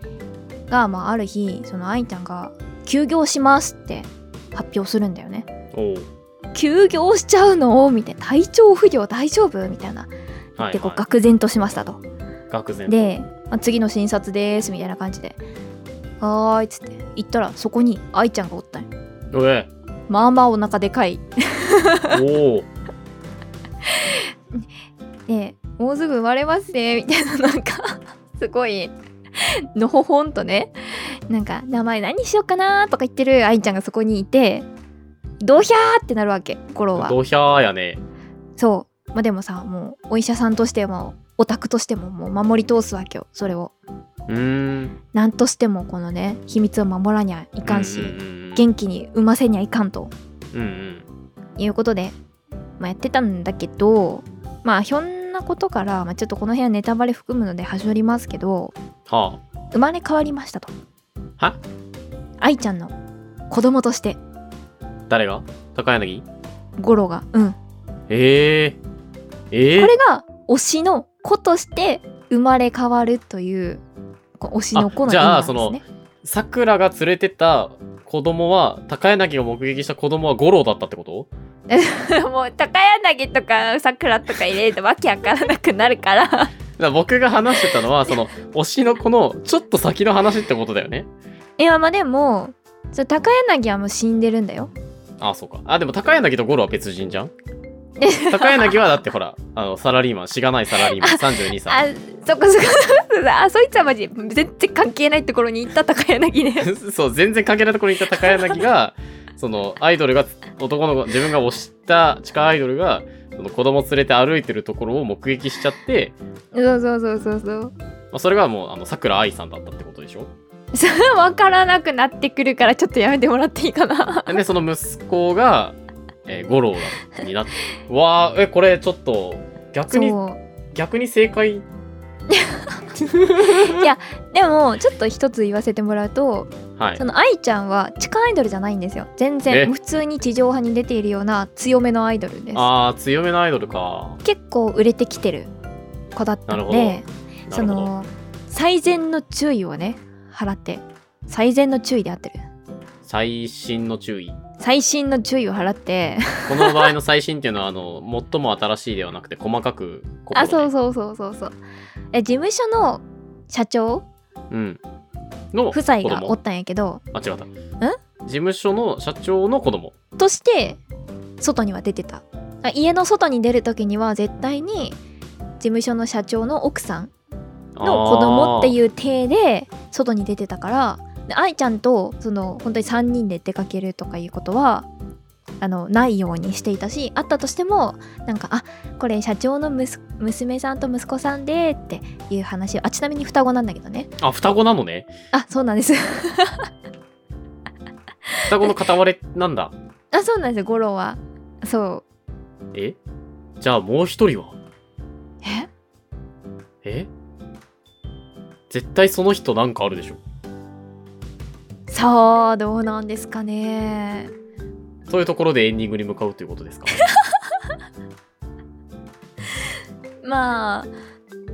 Speaker 2: が、まあ、ある日その愛ちゃんが休業しますって発表するんだよね。
Speaker 1: おう
Speaker 2: 休業しちゃうのみたいな体調不良大丈夫みたいな
Speaker 1: はい、はい、
Speaker 2: でこう愕然としましたと。
Speaker 1: 愕然
Speaker 2: で、まあ次の診察ですみたいな感じで「はーい」っつって行ったらそこに愛ちゃんがおったんよ
Speaker 1: うえ
Speaker 2: まあまあお腹でかい
Speaker 1: おお
Speaker 2: でもうすぐ生まれますねみたいななんか すごいのほほんとねなんか名前何しよっかなとか言ってる愛ちゃんがそこにいてドヒャーってなるわけゴロは
Speaker 1: ドヒャーやね
Speaker 2: そうまあでもさもうお医者さんとしてもオタクとしてももう守り通すわけよそれを
Speaker 1: うーん
Speaker 2: なんとしてもこのね秘密を守らにゃいかんし、
Speaker 1: うんうんうん
Speaker 2: 元気に産ませにゃいかんと
Speaker 1: うんうん
Speaker 2: いうことで、まあ、やってたんだけどまあひょんなことから、まあ、ちょっとこの辺はネタバレ含むので端折りますけど
Speaker 1: は
Speaker 2: 生まれ変わりましたと
Speaker 1: あは
Speaker 2: 愛ちゃんの子供として
Speaker 1: 誰が高柳
Speaker 2: ゴロがうんこ
Speaker 1: えー、えー、
Speaker 2: れが推しの子として生まれ変わるというこう推しの子の意味なんです
Speaker 1: あじ
Speaker 2: ね
Speaker 1: さくらが連れてた子供は高柳が目撃した子供は五郎だったってこと
Speaker 2: もう高柳とか桜とか入れるとわけわからなくなるか
Speaker 1: だ
Speaker 2: ら
Speaker 1: から僕が話してたのはその推しの子のちょっと先の話ってことだよね
Speaker 2: いやまあでもそう高柳はもう死んでるんだよ
Speaker 1: あそうかあでも高柳とゴロは別人じ ゃん高柳はだってほらあのサラリーマンしがないサラリーマン32歳
Speaker 2: あそこそこあそいつはマジ全然関係ないところに行った高柳 ね
Speaker 1: そう全然関係ないところに行った高柳 がそのアイドルが男の子自分が推した地下アイドルがその子供連れて歩いてるところを目撃しちゃって、
Speaker 2: そうそうそうそう そう
Speaker 1: まあ、それがもうあのさくら愛さんだったってことでしょ
Speaker 2: それは分からなくなってくるからちょっとやめてもらっていいかな
Speaker 1: でその息子が、えー、五郎だになってうわーえこれちょっと逆に
Speaker 2: そう
Speaker 1: 逆に正解
Speaker 2: でもちょっと一つ言わせてもらうと
Speaker 1: はい
Speaker 2: その愛ちゃんは地下アイドルじゃないんですよ全
Speaker 1: え
Speaker 2: 然普通に地上波に出ているような強めのアイドルです
Speaker 1: あー強めのアイドルか
Speaker 2: 結構売れてきてる子だったの
Speaker 1: なる
Speaker 2: で
Speaker 1: な
Speaker 2: そ
Speaker 1: るほど
Speaker 2: の最善の注意をね払って最善の注意で合ってる
Speaker 1: 最新の注意
Speaker 2: 最新の注意を払って
Speaker 1: この場合の最新っていうのはあの最も新しいではなくて細かく、
Speaker 2: あそう
Speaker 1: う
Speaker 2: そうそうそうそうえ事務所の社長
Speaker 1: うん。の
Speaker 2: 夫妻
Speaker 1: 子
Speaker 2: がお
Speaker 1: 供
Speaker 2: ったんやけど
Speaker 1: あ、違った。事務所の社長の子供。
Speaker 2: として外には出てたあ家の外に出る時には絶対に事務所の社長の奥さんの子供って
Speaker 1: う。
Speaker 2: いう体で外に出てたからで愛ちゃんとその本当に3人で出かけるとかいうことはあのないようにしていたしあったとしてもなんか「あこれ社長のむす娘さんと息子さんで」っていう話をあちなみに双子なんだけどね
Speaker 1: あ、双子なのね。
Speaker 2: あそうなんです
Speaker 1: 双子の片割れなんだ。
Speaker 2: あそうなんですゴロはそう
Speaker 1: えじゃあもう一人は
Speaker 2: え
Speaker 1: え絶対その人なんかあるでしょ。
Speaker 2: さあどうなんですかね
Speaker 1: そういうところでエンディングに向かうということですか
Speaker 2: まあ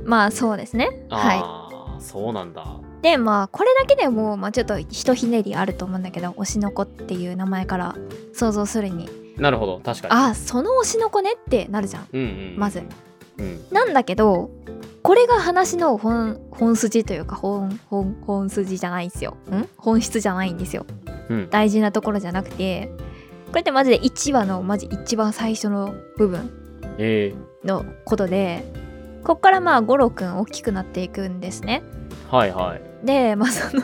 Speaker 2: まあそうですね はい
Speaker 1: ああ、そうなんだ。
Speaker 2: でまあこれだけでも、まあ、ちょっとひとひねりあると思うんだけど推しの子っていう名前から想像するに
Speaker 1: なるほど、確かに。
Speaker 2: あその推しの子ねってなるじゃん
Speaker 1: うんうん、
Speaker 2: まず。
Speaker 1: うん。
Speaker 2: なんだけどこれが話の本本筋というか本本本筋じゃないんですよん本質じゃないんですよ
Speaker 1: うん。
Speaker 2: 大事なところじゃなくてこれってマジで1話のマジ一番最初の部分
Speaker 1: え
Speaker 2: のことでこっからまあゴロくん大きくなっていくんですね
Speaker 1: ー、はいはい。
Speaker 2: でまあその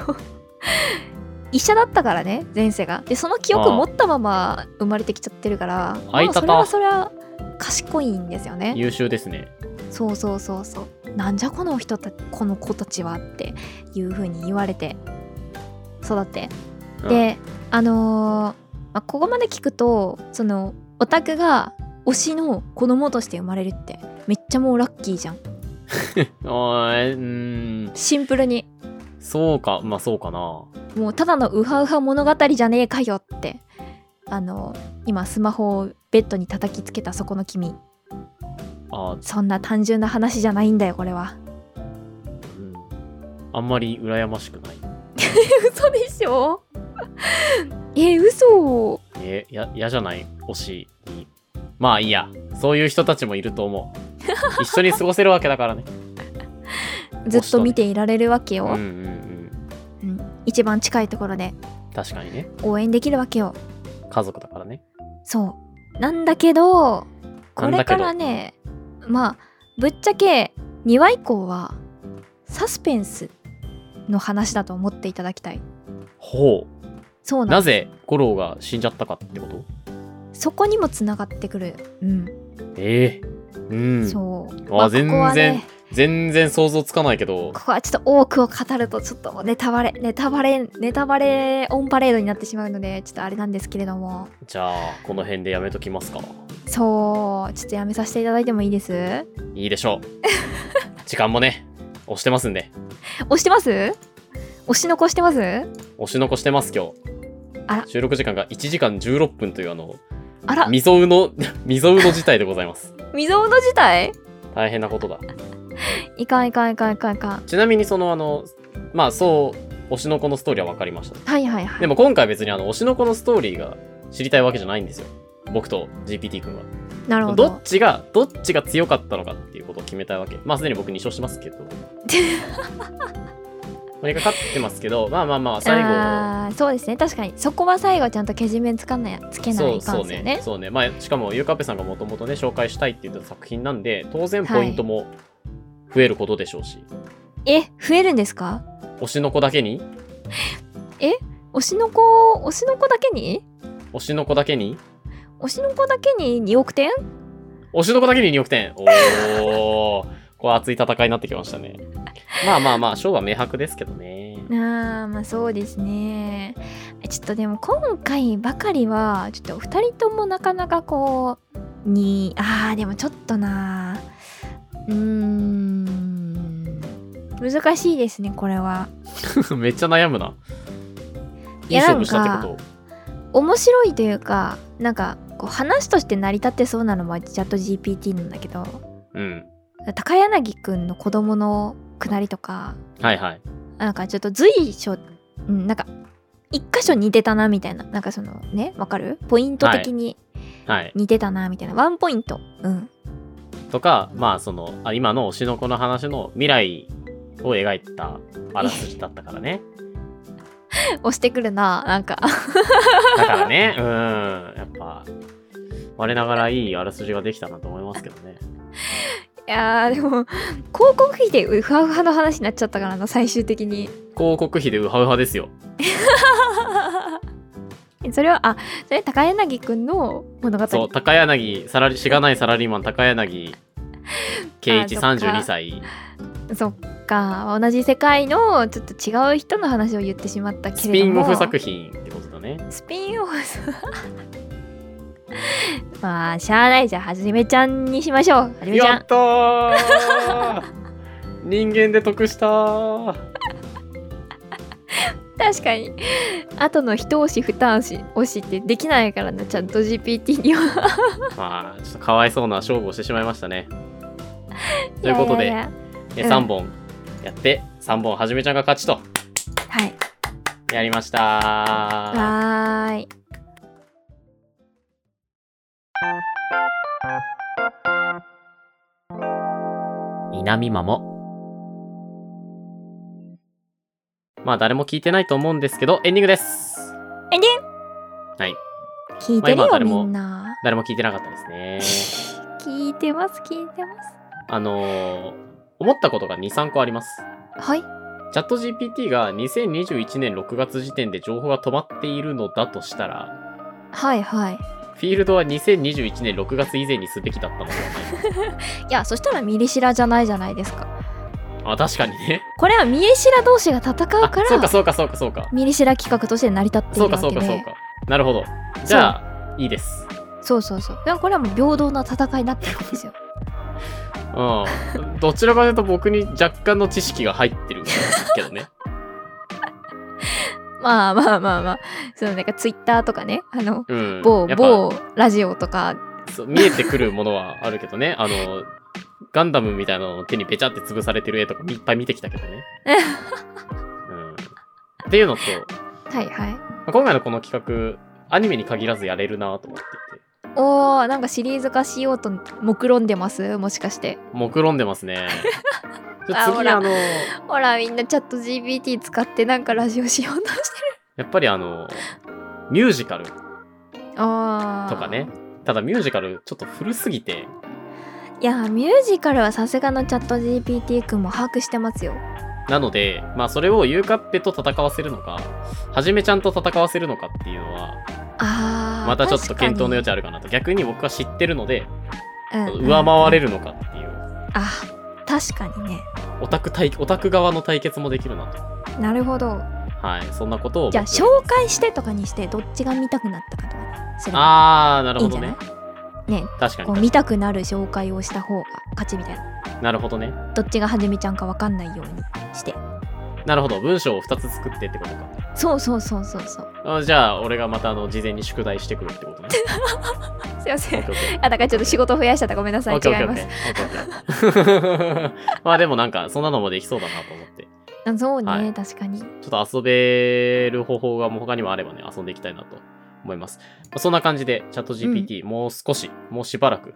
Speaker 2: 医者だったからね前世がでその記憶を持ったまま生まれてきちゃってるからま
Speaker 1: あい
Speaker 2: あ
Speaker 1: た
Speaker 2: そ
Speaker 1: た
Speaker 2: れはそれは賢いんですよね
Speaker 1: 優秀ですね。
Speaker 2: そうそうそうそうなんじゃこの人たこの子たちはっていう風に言われて育って
Speaker 1: うん、
Speaker 2: であのーまあ、ここまで聞くとそのオタクが推しの子供として生まれるってめっちゃもうラッキーじゃん
Speaker 1: あーえーうーん、
Speaker 2: シンプルに
Speaker 1: そうか、まあそうかな。
Speaker 2: もうただのウハウハ物語じゃねえかよってあの今スマホをベッドに叩きつけたそこの君
Speaker 1: あー
Speaker 2: そんな単純な話じゃないんだよこれは
Speaker 1: うん、あんまり羨ましくない。
Speaker 2: 嘘でしょ え嘘
Speaker 1: え、や、嫌じゃない推しに。まあいいや、そういう人たちもいると思 う。一緒に過ごせるわけだからね。
Speaker 2: ずっと見ていられるわけ
Speaker 1: うん
Speaker 2: よ、
Speaker 1: うんうん。
Speaker 2: うん一番近いところで
Speaker 1: 確かにね。
Speaker 2: 応援できるわけよ
Speaker 1: 家族だからね。
Speaker 2: そうなんだけどこれからねまあぶっちゃけ2話以降はサスペンスの話だと思っていただきたい
Speaker 1: ほ
Speaker 2: そう
Speaker 1: う。
Speaker 2: なんです
Speaker 1: なぜ五郎が死んじゃったかってこと
Speaker 2: そこにもつながってくる。うん、
Speaker 1: ええうん。
Speaker 2: そう。
Speaker 1: あ全然
Speaker 2: ここはね、
Speaker 1: 全然想像つかないけど
Speaker 2: ここはちょっと多くを語ると、ちょっとネタバレ、ネタバレ、ネタバレオンパレードになってしまうので、ちょっとあれなんですけれども、
Speaker 1: じゃあこの辺でやめときますか
Speaker 2: そう、ちょっとやめさせていただいてもいいです
Speaker 1: いいでしょう 時間もね押してますんで
Speaker 2: 押してます押し残してます
Speaker 1: 押し残してます今日
Speaker 2: あら
Speaker 1: 収録時間が1時間16分というあの
Speaker 2: あら、
Speaker 1: 未曾有の 未曾有の事態でございます
Speaker 2: 未曾有の事態
Speaker 1: 大変なことだ
Speaker 2: いかんいかんいかんいかんいかん。
Speaker 1: ちなみにそのあのまあそう推しの子のストーリーは分かりました
Speaker 2: はいはいはい。
Speaker 1: でも今回別にあの推しの子のストーリーが知りたいわけじゃないんですよ僕と GPT 君は
Speaker 2: なるほ
Speaker 1: ど
Speaker 2: ど。
Speaker 1: っちがどっちが強かったのかっていうことを決めたいわけまあすでに僕2勝してます けど何か勝ってますけどまあまあまあ最後
Speaker 2: あーそうですね確かにそこは最後ちゃんとけじめつかないつけな
Speaker 1: そ
Speaker 2: いうかん
Speaker 1: そう
Speaker 2: ですよ
Speaker 1: ね
Speaker 2: ね
Speaker 1: そうねまあしかもゆうかぺさんがもともとね紹介したいって言った作品なんで当然ポイントも増えることでしょうし、
Speaker 2: え増えるんですか
Speaker 1: 推しの子だけに
Speaker 2: 推しの子推しの子だけに
Speaker 1: 推しの子だけに
Speaker 2: 推しの子だけに2億点
Speaker 1: 推しの子だけに2億点お おこれ熱い戦いになってきましたねまあまあまあ勝負は明白ですけど ね
Speaker 2: ああまあそうですねちょっとでも今回ばかりはちょっとお二人ともなかなかこうにあーでもちょっとなうーん難しいですねこれは
Speaker 1: めっちゃ悩むないいい
Speaker 2: や
Speaker 1: 勝負した
Speaker 2: な
Speaker 1: っ
Speaker 2: ん
Speaker 1: て
Speaker 2: か
Speaker 1: こと
Speaker 2: 面白いというかなんかこう話として成り立ってそうなのはチャット GPT なんだけど
Speaker 1: うん
Speaker 2: 高柳くんの子供のくだりとか
Speaker 1: はいはい
Speaker 2: なんかちょっと随所、うん、なんか一箇所似てたなみたいななんかそのねわかるポイント的に
Speaker 1: はい
Speaker 2: 似てたなみたいな、ワンポイント、うん、
Speaker 1: とか、まあその、あ今の推しの子の話の未来を描いたあらすじだったから ね。
Speaker 2: 押してくるななんか
Speaker 1: だからね、うん、やっぱ、我ながらいいあらすじができたなと思いますけどね。
Speaker 2: いやーでも広告費でうふわふわの話になっちゃったからな最終的に
Speaker 1: 広告費でウハウハですよ。
Speaker 2: それはあそれ高柳くんの物語
Speaker 1: そう、高柳、サラリ、しがないサラリーマン高柳、圭一
Speaker 2: あそっか
Speaker 1: 32歳。
Speaker 2: そっか同じ世界のちょっと違う人の話を言ってしまったけ
Speaker 1: ス
Speaker 2: れ
Speaker 1: ピ
Speaker 2: ど
Speaker 1: ン
Speaker 2: も
Speaker 1: オフ作品ってことだね。
Speaker 2: スピンオフ まあしゃあないじゃあはじめちゃんにしましょうはじめちゃ
Speaker 1: や
Speaker 2: ん
Speaker 1: ったー人間で得したー
Speaker 2: 確かにあとの一押し二押し押しってできないからなちゃんと GPT には
Speaker 1: まあ、ちょっとかわいそうな勝負をしてしまいました ね。 ということで、
Speaker 2: ややや
Speaker 1: え
Speaker 2: うん
Speaker 1: 3本やって、3本はじめちゃんが勝ちと
Speaker 2: はい
Speaker 1: やりましたー。
Speaker 2: はーい
Speaker 1: 南マモ。まあ誰も聞いてないと思うんですけど、エンディングです。
Speaker 2: エンディ
Speaker 1: ングはい。
Speaker 2: 聞いてる
Speaker 1: まあ今
Speaker 2: よ
Speaker 1: 誰
Speaker 2: み
Speaker 1: も
Speaker 2: んな
Speaker 1: 誰も聞いてなかった ですね。
Speaker 2: 聞いてます聞いてます
Speaker 1: あのー思ったことが2、3個あります。
Speaker 2: はい
Speaker 1: チャット GPT が2021年6月時点で情報が止まっているのだとしたら、
Speaker 2: はいはい
Speaker 1: フィールドは2021年6月以前にすべきだったのではない
Speaker 2: いやそしたらミリシラじゃないじゃないですか
Speaker 1: か。あ、確かにね。
Speaker 2: これはミリシラ同士が戦うから
Speaker 1: あ、そうかそうかそうかそうか。
Speaker 2: ミリシラ企画として成り立ってい
Speaker 1: そう
Speaker 2: る
Speaker 1: か
Speaker 2: わ
Speaker 1: そう
Speaker 2: け
Speaker 1: かそう
Speaker 2: で
Speaker 1: か。なるほど。じゃあ、いいです。
Speaker 2: そうそうそうでもこれはもう平等な戦いになってるんですよ
Speaker 1: うん。どちらかというと僕に若干の知識が入ってるけどね。
Speaker 2: まあまあまあまあそのなんかツイッターとかねあの
Speaker 1: うん。
Speaker 2: 某
Speaker 1: やっぱ
Speaker 2: 某ラジオとか
Speaker 1: そう見えてくるものはあるけどね。あの、ガンダムみたいなのを手にべちゃって潰されてる絵とかいっぱい見てきたけどね。うん。っていうのと、
Speaker 2: はいはい
Speaker 1: 今回のこの企画、アニメに限らずやれるなと思っていて。
Speaker 2: おーなんかシリーズ化しようと目論んでますもしかして
Speaker 1: 目論んでます ね。じゃ
Speaker 2: あ
Speaker 1: あ
Speaker 2: ほ
Speaker 1: 次、
Speaker 2: ら
Speaker 1: あの、
Speaker 2: ほらみんなチャット GPT 使ってなんかラジオしようとして
Speaker 1: やっぱりあの、ミュージカル と
Speaker 2: るあー
Speaker 1: かね。ただミュージカルちょっと古すぎて、
Speaker 2: いやミュージカルはさすがのチャット GPT 君も把握してますよ
Speaker 1: なので、まあ、それをゆうかっぺと戦わせるのか、はじめちゃんと戦わせるのかっていうのは、
Speaker 2: あー
Speaker 1: またちょっと
Speaker 2: 確か
Speaker 1: 検
Speaker 2: に
Speaker 1: 討の余地あるかなと。逆に僕は知ってるので、
Speaker 2: うんうん
Speaker 1: 上回れるのかっていう、
Speaker 2: あ確かにね
Speaker 1: オタク対、オタク側の対決もできるなと。
Speaker 2: なるほど
Speaker 1: はい、そんなことを。
Speaker 2: じゃあ紹介してとかにしてどっちが見たくなったかとかねすれば
Speaker 1: あー、なる
Speaker 2: い
Speaker 1: ほ
Speaker 2: いんじ
Speaker 1: ど
Speaker 2: ゃない
Speaker 1: ね。
Speaker 2: ね
Speaker 1: 確かに
Speaker 2: こう見たくなる紹介をした方が勝ちみたいな
Speaker 1: なるほどね。
Speaker 2: どっちがはじめちゃんかわかんないようにして
Speaker 1: なるほど。文章を2つ作ってってことか。
Speaker 2: そうそうそうそうそう
Speaker 1: あじゃあ、俺がまたあの、事前に宿題してくるってこと ね。
Speaker 2: すいませ
Speaker 1: オッ
Speaker 2: ん
Speaker 1: ケーオッケー
Speaker 2: あだからちょっと仕事増やしちゃったごめんなさい違
Speaker 1: オッケーオッケー
Speaker 2: い
Speaker 1: オッ
Speaker 2: ま
Speaker 1: ケ
Speaker 2: す
Speaker 1: ーオッケーオッケー まあでもなんか、そんなのもできそうだなと思って。
Speaker 2: あそうね、
Speaker 1: はい
Speaker 2: 確かに
Speaker 1: ちょっと遊べる方法がもう他にもあればね、遊んでいきたいなと思います。まあそんな感じで、チャット GPT、もう少し、もうしばらく、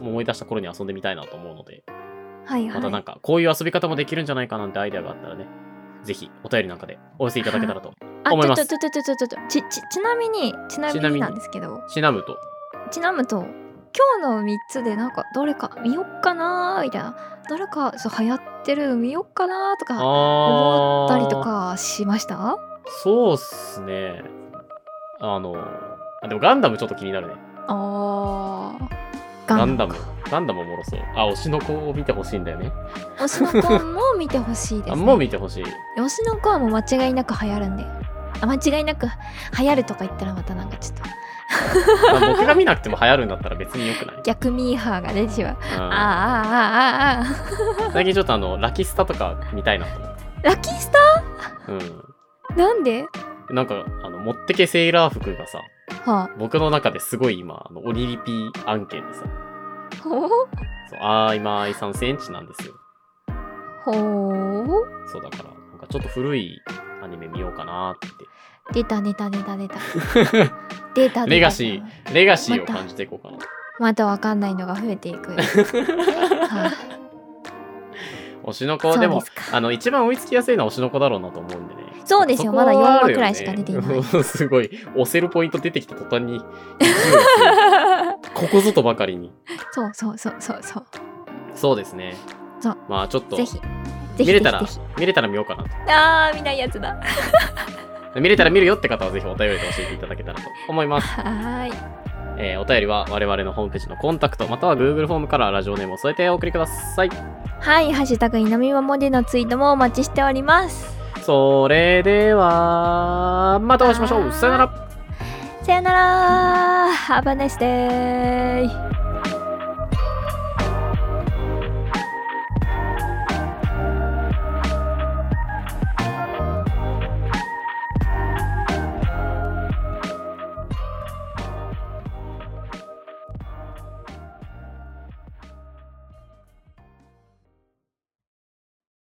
Speaker 1: もう思い出した頃に遊んでみたいなと思うので、
Speaker 2: はいはい
Speaker 1: またなんか、こういう遊び方もできるんじゃないかなんてアイデアがあったらね、ぜひお便りなんかでお寄せいただけたらと。
Speaker 2: あ
Speaker 1: 思います
Speaker 2: ちょちょちょちょちょちょちちちなみにちなみ
Speaker 1: ちなみ
Speaker 2: に
Speaker 1: に
Speaker 2: なんですけど
Speaker 1: ちなむと、
Speaker 2: ちなむと今日の3つでなんかどれか見よっかなーみたいなどれかそう流行ってるの見よっかなーとか思
Speaker 1: あ
Speaker 2: ったりと
Speaker 1: ー、
Speaker 2: かしました
Speaker 1: そうっすね。あの、あでもガンダムちょっと気になるね。
Speaker 2: あー
Speaker 1: ガ
Speaker 2: ガ
Speaker 1: ン
Speaker 2: ン
Speaker 1: ダ
Speaker 2: ダ
Speaker 1: ム
Speaker 2: ム。
Speaker 1: ガンダムおもろそう。あ、推しの子を見てほしいんだよね。
Speaker 2: 推しの子も見てほしいで
Speaker 1: あ
Speaker 2: す、ね、
Speaker 1: もう見てほしい。
Speaker 2: 推しの子はもう間違いなく流行るんであ間違いなく流行るとか言ったらまたなんかちょっと
Speaker 1: まあ僕が見なくても流行るんだったら別に良くない、
Speaker 2: 逆ミーハーが出てしま
Speaker 1: う
Speaker 2: う
Speaker 1: ん
Speaker 2: あああああーあ
Speaker 1: 最近ちょっとあのラキスタとか見たいなと思っ
Speaker 2: ーラッキースタ
Speaker 1: て、
Speaker 2: ーなんで
Speaker 1: うん、なんかあの持ってけセーラー服がさ
Speaker 2: は
Speaker 1: 僕の中ですごい今あのオリリピ案件でさ
Speaker 2: あほう
Speaker 1: そうあー今愛3センチなんですよ
Speaker 2: ほう
Speaker 1: そうだからなんかちょっと古いアニメ見ようかなーっ
Speaker 2: 出た出た出た出た出た出た
Speaker 1: てレガシーレガシーを感じていこうかな
Speaker 2: またわかんないのが増えてい く、は
Speaker 1: 推しの
Speaker 2: そ
Speaker 1: 子
Speaker 2: う
Speaker 1: でも
Speaker 2: ですか
Speaker 1: あの一番追いつきやすいのは推しの子だろうなと思うんでね
Speaker 2: あそうですよ
Speaker 1: こ
Speaker 2: ま
Speaker 1: は
Speaker 2: だ4
Speaker 1: ある
Speaker 2: 話
Speaker 1: よね
Speaker 2: くらいしか出ていない
Speaker 1: すごい押せるポイント出てきた途端にここぞとばかりに
Speaker 2: そうそうそうそうそう
Speaker 1: そうですね
Speaker 2: そう
Speaker 1: まあちょっと
Speaker 2: ぜひぜひ
Speaker 1: 見れたら
Speaker 2: ぜひぜ
Speaker 1: 見れたら見ようかなと
Speaker 2: ひあー見ないやつだ
Speaker 1: 見れたら見るよって方はぜひお便りで教えていただけたらと思います
Speaker 2: はーい
Speaker 1: えーお便りは我々のホームページのコンタクトまたは Google フォームからラジオネームを添えてお送りください
Speaker 2: はい「ハッシュタグいなみまも」でのツイートもお待ちしております
Speaker 1: それではまたお会いしましょうさよなら
Speaker 2: さよなら Have a nice day